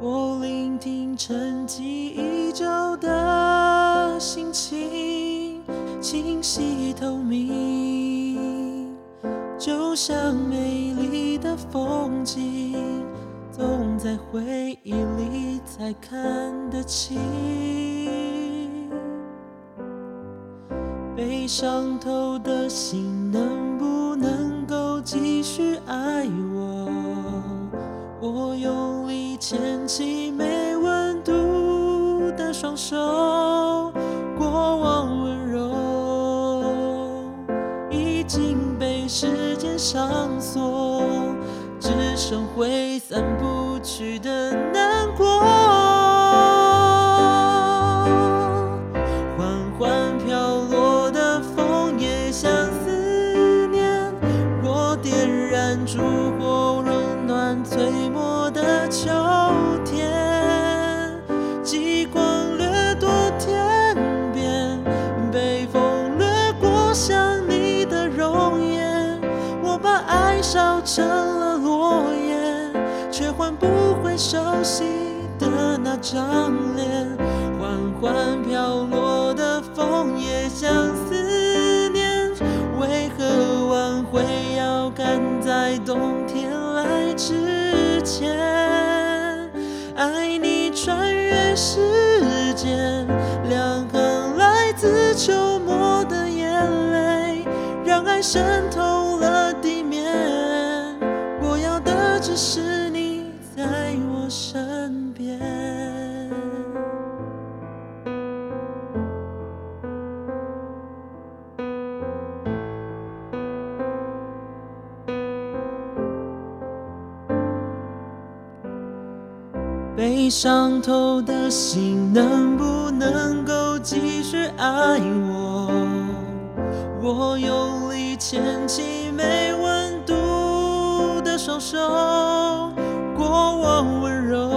S5: 我聆听沉寂已久的心情，清晰透明，就像美丽的风景，总在回忆里才看得清。被伤透的心能不能够继续爱我？我用力牵起没温度的双手，过往温柔已经被时间上锁，只剩挥散不去的难过。缓缓飘落的枫叶像思念，若点燃烛火，温暖最末的秋天。极光掠夺天边，北风掠过想你的容颜。我把爱烧成了落叶，却换不回熟悉的那张脸。缓缓飘落的枫叶像思念，为何挽回要赶在冬天来之前？爱你穿越时间，两行来自秋末的眼泪，让爱渗透了地面。我要的只是你在我身边。被伤透的心能不能够继续爱我？我用力牵起没温度的双手，过往温柔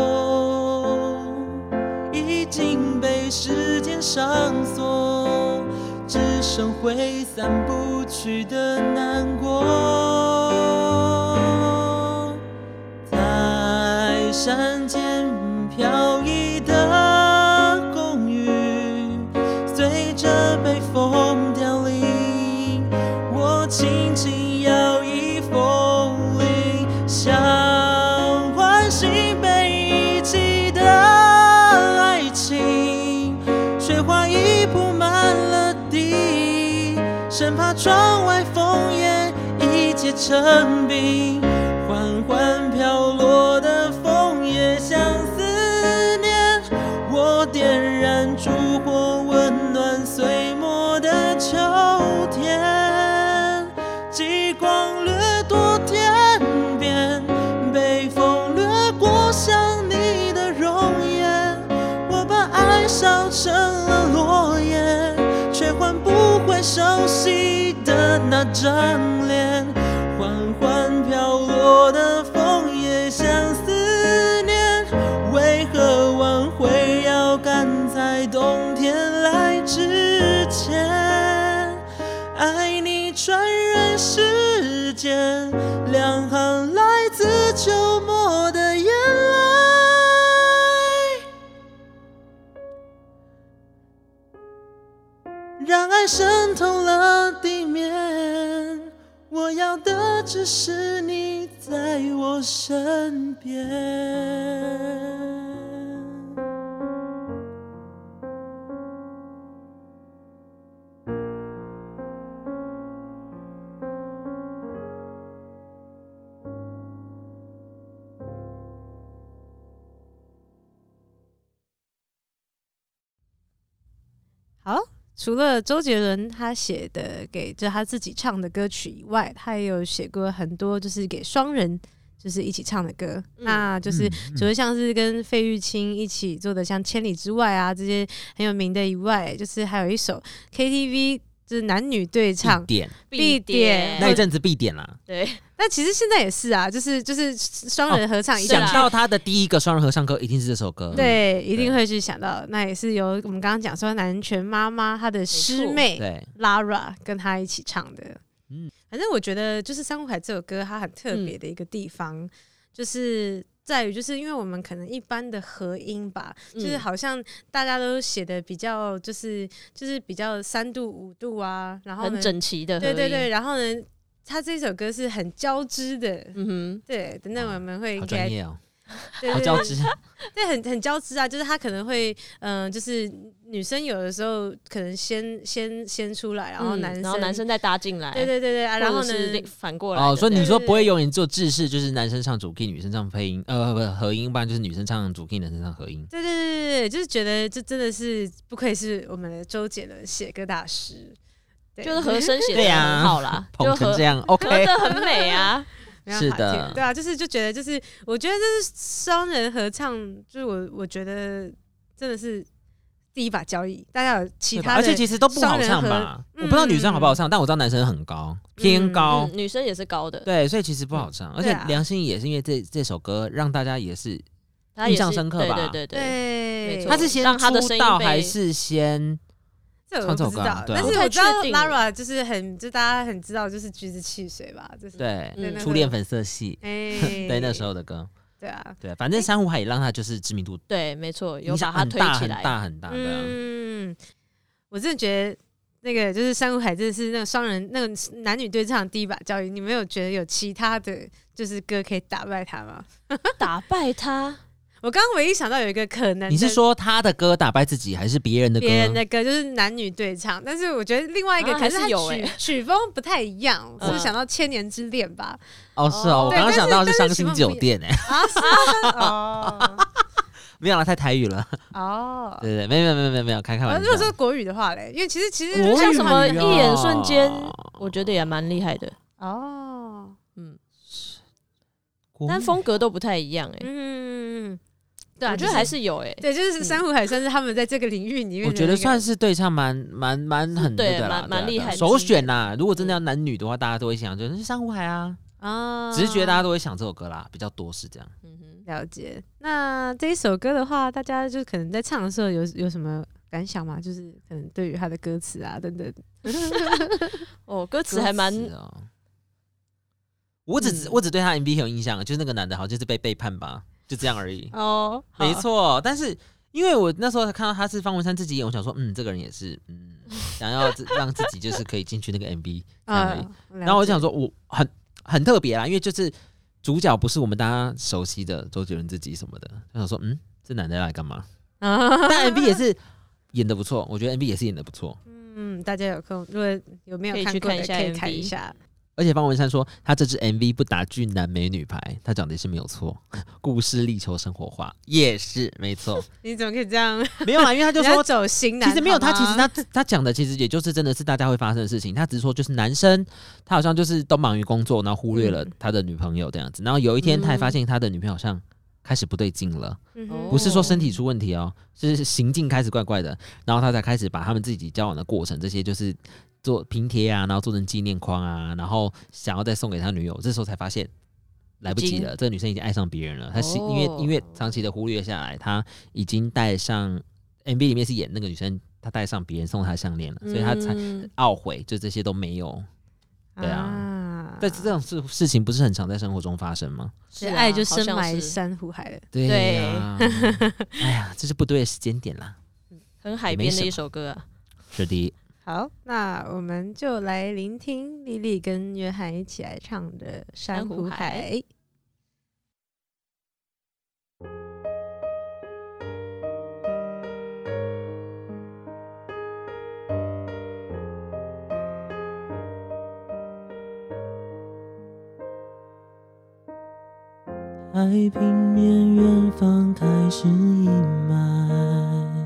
S5: 已经被时间上锁，只剩挥散不去的难过。在山间飘逸的公寓，随着北风凋零，我轻轻摇曳风铃，想唤醒被遗弃的爱情。雪花已铺满了地，生怕窗外枫叶一结成冰。缓缓飘落的枫叶像思念，我点燃烛火，温暖岁末的秋天。极光掠夺天边，北风掠过想你的容颜。我把爱烧成了落叶，却换不回熟悉的那张脸。缓缓飘落的枫叶像思念，为何挽回要赶在冬天来之前？爱你穿越时间，两行来自秋末的眼泪，让爱渗透了地面。我要的只是你在我身边。
S3: 好，除了周杰伦他写的给就他自己唱的歌曲以外，他也有写过很多就是给双人就是一起唱的歌，那就是除了像是跟费玉清一起做的像《千里之外》啊这些很有名的以外，就是还有一首 KTV 就是男女对唱
S1: 必。
S2: 哦
S1: 点
S3: 必点
S1: 那一阵子必点啦。
S2: 对，
S3: 那其实现在也是啊，就是就是双人合唱一起
S1: 想
S3: 去
S1: 到他的第一个双人合唱歌，一定是这首歌。
S3: 对，一定会去想到。那也是由我们刚刚讲说南拳妈妈她的师妹
S1: 对，
S3: Lara 跟她一起唱的。
S1: 嗯
S3: 嗯，反正我觉得就是《珊瑚海》这首歌，它很特别的一个地方，
S2: 嗯
S3: 就是在于，就是因为我们可能一般的和音吧，就是
S2: 嗯
S3: 好像大家都写的比较，就是就是比较三度五度啊，然后
S2: 很
S3: 呢，
S2: 整齐的，
S3: 对对对，，然后呢，它这首歌是很交织的，
S2: 嗯
S3: 对，等等我们会
S1: 好
S3: 给它
S1: 专业哦，
S3: 对
S1: 好
S3: 对
S1: 交织，
S3: 对，很很交织啊，就是他可能会，嗯、就是女生有的时候可能先先先出来，然
S2: 哼，
S3: 后
S2: 嗯
S3: 男生，
S2: 然后男，生再搭进来，
S3: 对对对对啊，然
S2: 或
S3: 后
S2: 者
S3: 呢，
S2: 是另反过来的，
S1: 哦，所以你
S3: 对
S1: 说
S3: 对
S1: 不会
S3: 对
S1: 永远做制式，就是男生唱主 key，女生唱配音，呃，不合音，不然就是女生唱主 key，男生唱合音。
S3: 对对对对对，就是觉得这真的是不愧是我们的周杰伦写歌大师，对
S2: 就是和声写
S1: 对
S2: 的
S1: 呀
S2: 很啊好啦，
S1: 捧
S2: 就
S1: 成
S2: 和
S1: 这样
S2: 合
S1: ，OK，
S2: 的很美 啊，
S3: 没有
S1: 是
S3: 法
S1: 的
S3: 听对啊，就是就觉得就是，我觉得这是双人合唱，就是我我觉得真的是第一把交椅，大家有其
S1: 对吧
S3: 他的，
S1: 而且其实都不好
S3: 双人
S1: 唱
S3: 合
S1: 吧，我不知道女生好不好唱，但我知道男生很高，偏
S3: 嗯
S1: 高，
S2: 嗯女生也是高的，
S1: 对，所以其实不好唱，而且
S3: 对啊
S1: 梁心怡也是因为这这首歌让大家也是，
S2: 她也
S1: 印象
S2: 是
S1: 深刻
S2: 对
S1: 吧
S2: 对对对，
S3: 对嗯
S2: 没，错
S1: 她是先
S2: 让她的
S1: 出
S2: 声音
S1: 道
S2: 被
S1: 还是先
S3: 这我
S1: 创
S3: 不
S1: 作
S3: 知
S1: 歌啊
S3: 道，
S1: 对啊
S3: 但是
S2: 我
S3: 我
S2: 不
S3: 知
S2: 太
S3: 道
S2: 确定
S3: Lara 就是很，就大家很知道，就是橘子汽水吧，就是，
S1: 对
S2: 嗯
S1: 初恋粉色系？
S3: 哎，
S1: 对，那时，候的歌，
S3: 对啊，
S1: 对，反正珊瑚海也让她就是知名度
S2: 对，没错，有
S1: 影
S2: 把
S1: 响
S2: 它
S1: 很
S2: 推
S1: 大
S2: 起
S1: 很
S2: 来，
S1: 大很大的，啊
S3: 嗯，我真的觉得那个就是珊瑚海，真的是那个双人那个男女对唱的第一把交椅，你没有觉得有其他的就是歌可以打败他吗？
S2: 打败她，
S3: 我刚刚唯一想到有一个可能的，
S1: 你是说她的歌打败自己，还是别人的歌？
S3: 别人的歌就是男女对唱，但是我觉得另外一个
S2: 啊
S3: 可能
S2: 还是
S3: 它
S2: 有
S3: 曲
S2: 欸
S3: 曲风不太一样，我是
S2: 嗯
S3: 不是想到《千年之恋》吧？
S1: 哦，是哦，我
S3: 对
S1: 刚刚
S3: 但
S1: 想
S3: 是
S1: 到的是
S3: 但
S1: 伤
S3: 是
S1: 心
S3: 情况
S1: 酒
S3: 不一
S1: 店，哎，
S3: 啊，是吗哦
S1: 没有啦，太台语了，
S3: 哦，
S1: 对对，没有没有没有没有，开开
S3: 呃，
S1: 玩
S3: 如
S1: 笑
S3: 果。说国语的话嘞，因为其实其实
S1: 国
S2: 像什么
S1: 语
S2: 一
S1: 哦
S2: 眼瞬间，我觉得也蛮厉害的，
S3: 哦，
S1: 国
S2: 但
S1: 语
S2: 风格都不太一样哎，
S3: 嗯，对啊，
S2: 我觉
S3: 就
S2: 得还是有哎，
S3: 对，就是
S2: 嗯
S3: 珊瑚海算是他们在这个领域里面的那个，
S1: 我觉得算是对唱蛮蛮蛮很
S2: 对
S1: 那个啦
S2: 蛮蛮
S1: 对啊
S2: 厉
S1: 对啊
S2: 害的嗯
S1: 首选啦。如果真的要男女的话，大家都会想就是珊瑚海啊，
S3: 啊，
S1: 只是觉得大家都会想这首歌啦，比较多是这样。
S2: 嗯
S3: 了解。那这一首歌的话，大家就可能在唱的时候有有什么感想吗？就是可能对于它的歌词啊等等，
S2: 哼，哦，歌词还蛮
S1: 歌词哦。我只、
S3: 嗯
S1: 我只对他 MV 很有印象，就是那个男的好像就是被背叛吧，就这样 而已。
S3: 哦，
S1: 没，错，但是因为我那时候看到他是方文山自己演，我想说，嗯，这个人也是，嗯，想要自让自己就是可以进去那个 MV 这样而已。
S3: 嗯，
S1: 然后我就想
S3: 说，
S1: 说，我很很特别啦，啊因为就是主角不是我们大家熟悉的周杰伦自己什么的。我想说，嗯，这男的来干 嘛？但 MV 也是演的不错，我觉得 MV 也是演的不错。
S3: 嗯，大家有空如果有没
S2: 可以
S3: 有
S2: 去
S3: 过
S2: 看一
S3: 的，
S2: 下
S3: 可以
S2: MV
S3: 看一下。
S1: 而且方文山说，他这支 MV 不打俊男美女牌，他讲的也是没有错，故事力求生活化也是没 错。
S3: 你怎么可以这样？
S1: 没有啦，因为他 就
S3: 人家
S1: 说，
S3: 走型男，
S1: 其实没有
S3: 好
S1: 他，其
S3: 吗
S1: 实他他讲的其实也就是真的是大家会发生的事情，他只是说就是男生他好像就是都忙于工作，然后忽略了
S3: 嗯
S1: 他的女朋友这样子，然后有一天他也发现他的女朋友好像开始不对劲了。
S3: 嗯哼
S1: 不是说身体出问题哦，是行径开始怪怪的，然后他才开始把他们自己交往的过程这些就是做拼贴啊，然后做成纪念框啊，然后想要再送给他女友，这时候才发现来不
S2: 已
S1: 及
S2: 经
S1: 了，这个女生已经爱上别人了，她是因为、
S2: 哦
S1: 因为长期的忽略下来，她已经戴上 MV 里面是演那个女生，她戴上别人送她的项链了，所以她才
S2: 嗯
S1: 懊悔，就这些都没有。对啊但是这种事事情不是很常在生活中发生吗？
S2: 是
S3: 是
S2: 啊
S3: 爱就
S2: 好
S3: 深
S2: 像
S3: 埋
S2: 是
S3: 珊瑚海了。
S1: 对呀、 哎呀，这是不对的时间点啦，
S2: 很海
S1: 也没
S2: 边的
S1: 什
S2: 一
S1: 么
S2: 首歌啊，
S1: 是的。
S3: 好，那我们就来聆听莉莉跟约翰一起来唱的《珊瑚
S2: 珊瑚
S3: 海》。
S5: 海平面远方开始阴霾，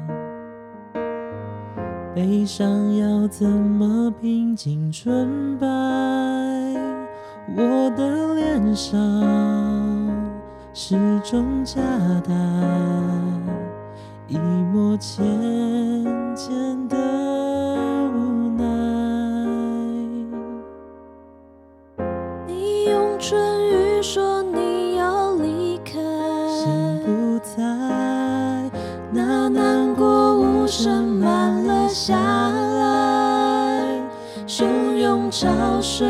S5: 悲伤要怎么平静纯白？我的脸上始终夹带一抹浅浅的无奈。
S4: 你用唇语说你要离开，
S5: 心不在，
S4: 那难过无声慢了下来，汹涌
S5: 用潮水，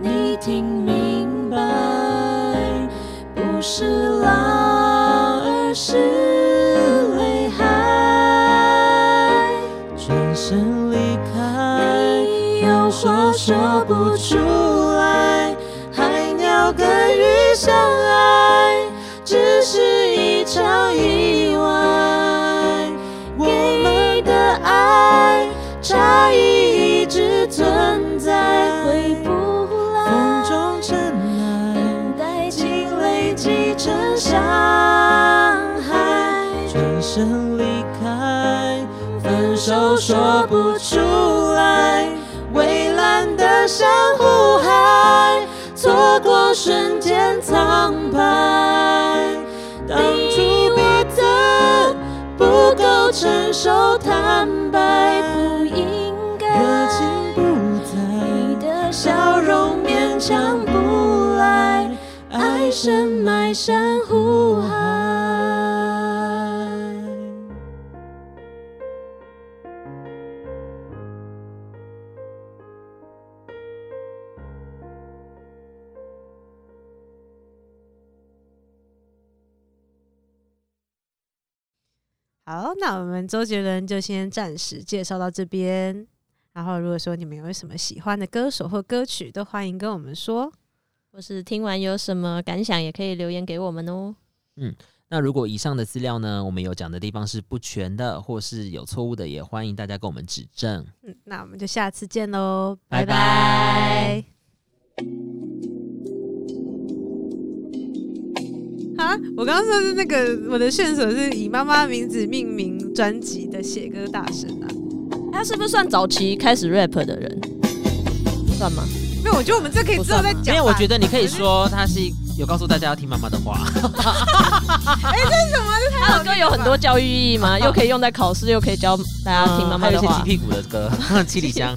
S5: 你听明白，不是浪，而是泪海。
S4: 转身离开，
S5: 你
S4: 有
S5: 有
S4: 话
S5: 话
S4: 说
S5: 说
S4: 不
S5: 不
S4: 出
S5: 出
S4: 来
S5: 来，
S4: 海
S5: 海
S4: 鸟
S5: 鸟
S4: 跟
S5: 跟
S4: 鱼
S5: 鱼
S4: 相
S5: 相
S4: 爱
S5: 爱，
S4: 只
S5: 只
S4: 是
S5: 是
S4: 一
S5: 一
S4: 场
S5: 场
S4: 意
S5: 意
S4: 外
S5: 外。
S4: 我
S5: 给
S4: 们
S5: 你的爱，差异一直存在，回不
S4: 风
S5: 来。
S4: 中尘埃
S5: 等，待积累积成伤害，
S4: 转身离开，分手说不出来，蔚蓝的珊瑚海，错过瞬间苍白。当初彼此不
S5: 不
S4: 够
S5: 够
S4: 成
S5: 成
S4: 熟
S5: 熟
S4: 坦
S5: 坦
S4: 白
S5: 白，，不应该。
S4: 热情不
S5: 你
S4: 在，
S5: 的笑容勉强不来，
S4: 爱深
S5: 爱深埋
S4: 埋
S5: 珊
S4: 珊
S5: 瑚
S4: 瑚
S5: 海。
S4: 海。
S3: 好，那我们周杰伦就先暂时介绍到这边。然后，如果说你们有什么喜欢的歌手或歌曲，都欢迎跟我们说。
S2: 或是听完有什么感想，也可以留言给我们哦。
S1: 那如果以上的资料呢，我们有讲的地方是不全的，或是有错误的，也欢迎大家跟我们指正。
S3: 嗯，那我们就下次见喽，
S1: 拜
S3: 拜
S1: 拜
S3: 拜。啊！我刚刚说的那个我的线索是以妈妈名字命名专辑的写歌大神啊，
S2: 他是不是算早期开始 rap 的人？算吗？
S3: 没有，我觉得我们这可以之后再
S2: 不算吗
S3: 讲吧。
S1: 因为我觉得你可以说他是有告诉大家要听妈妈的话，
S2: 他 的歌有很多教育意义嘛，又可以用在考试，又可以教大家听妈妈
S1: 还有
S2: 的
S1: 一些
S2: 话
S1: 鸡。屁股的歌，七里香。哦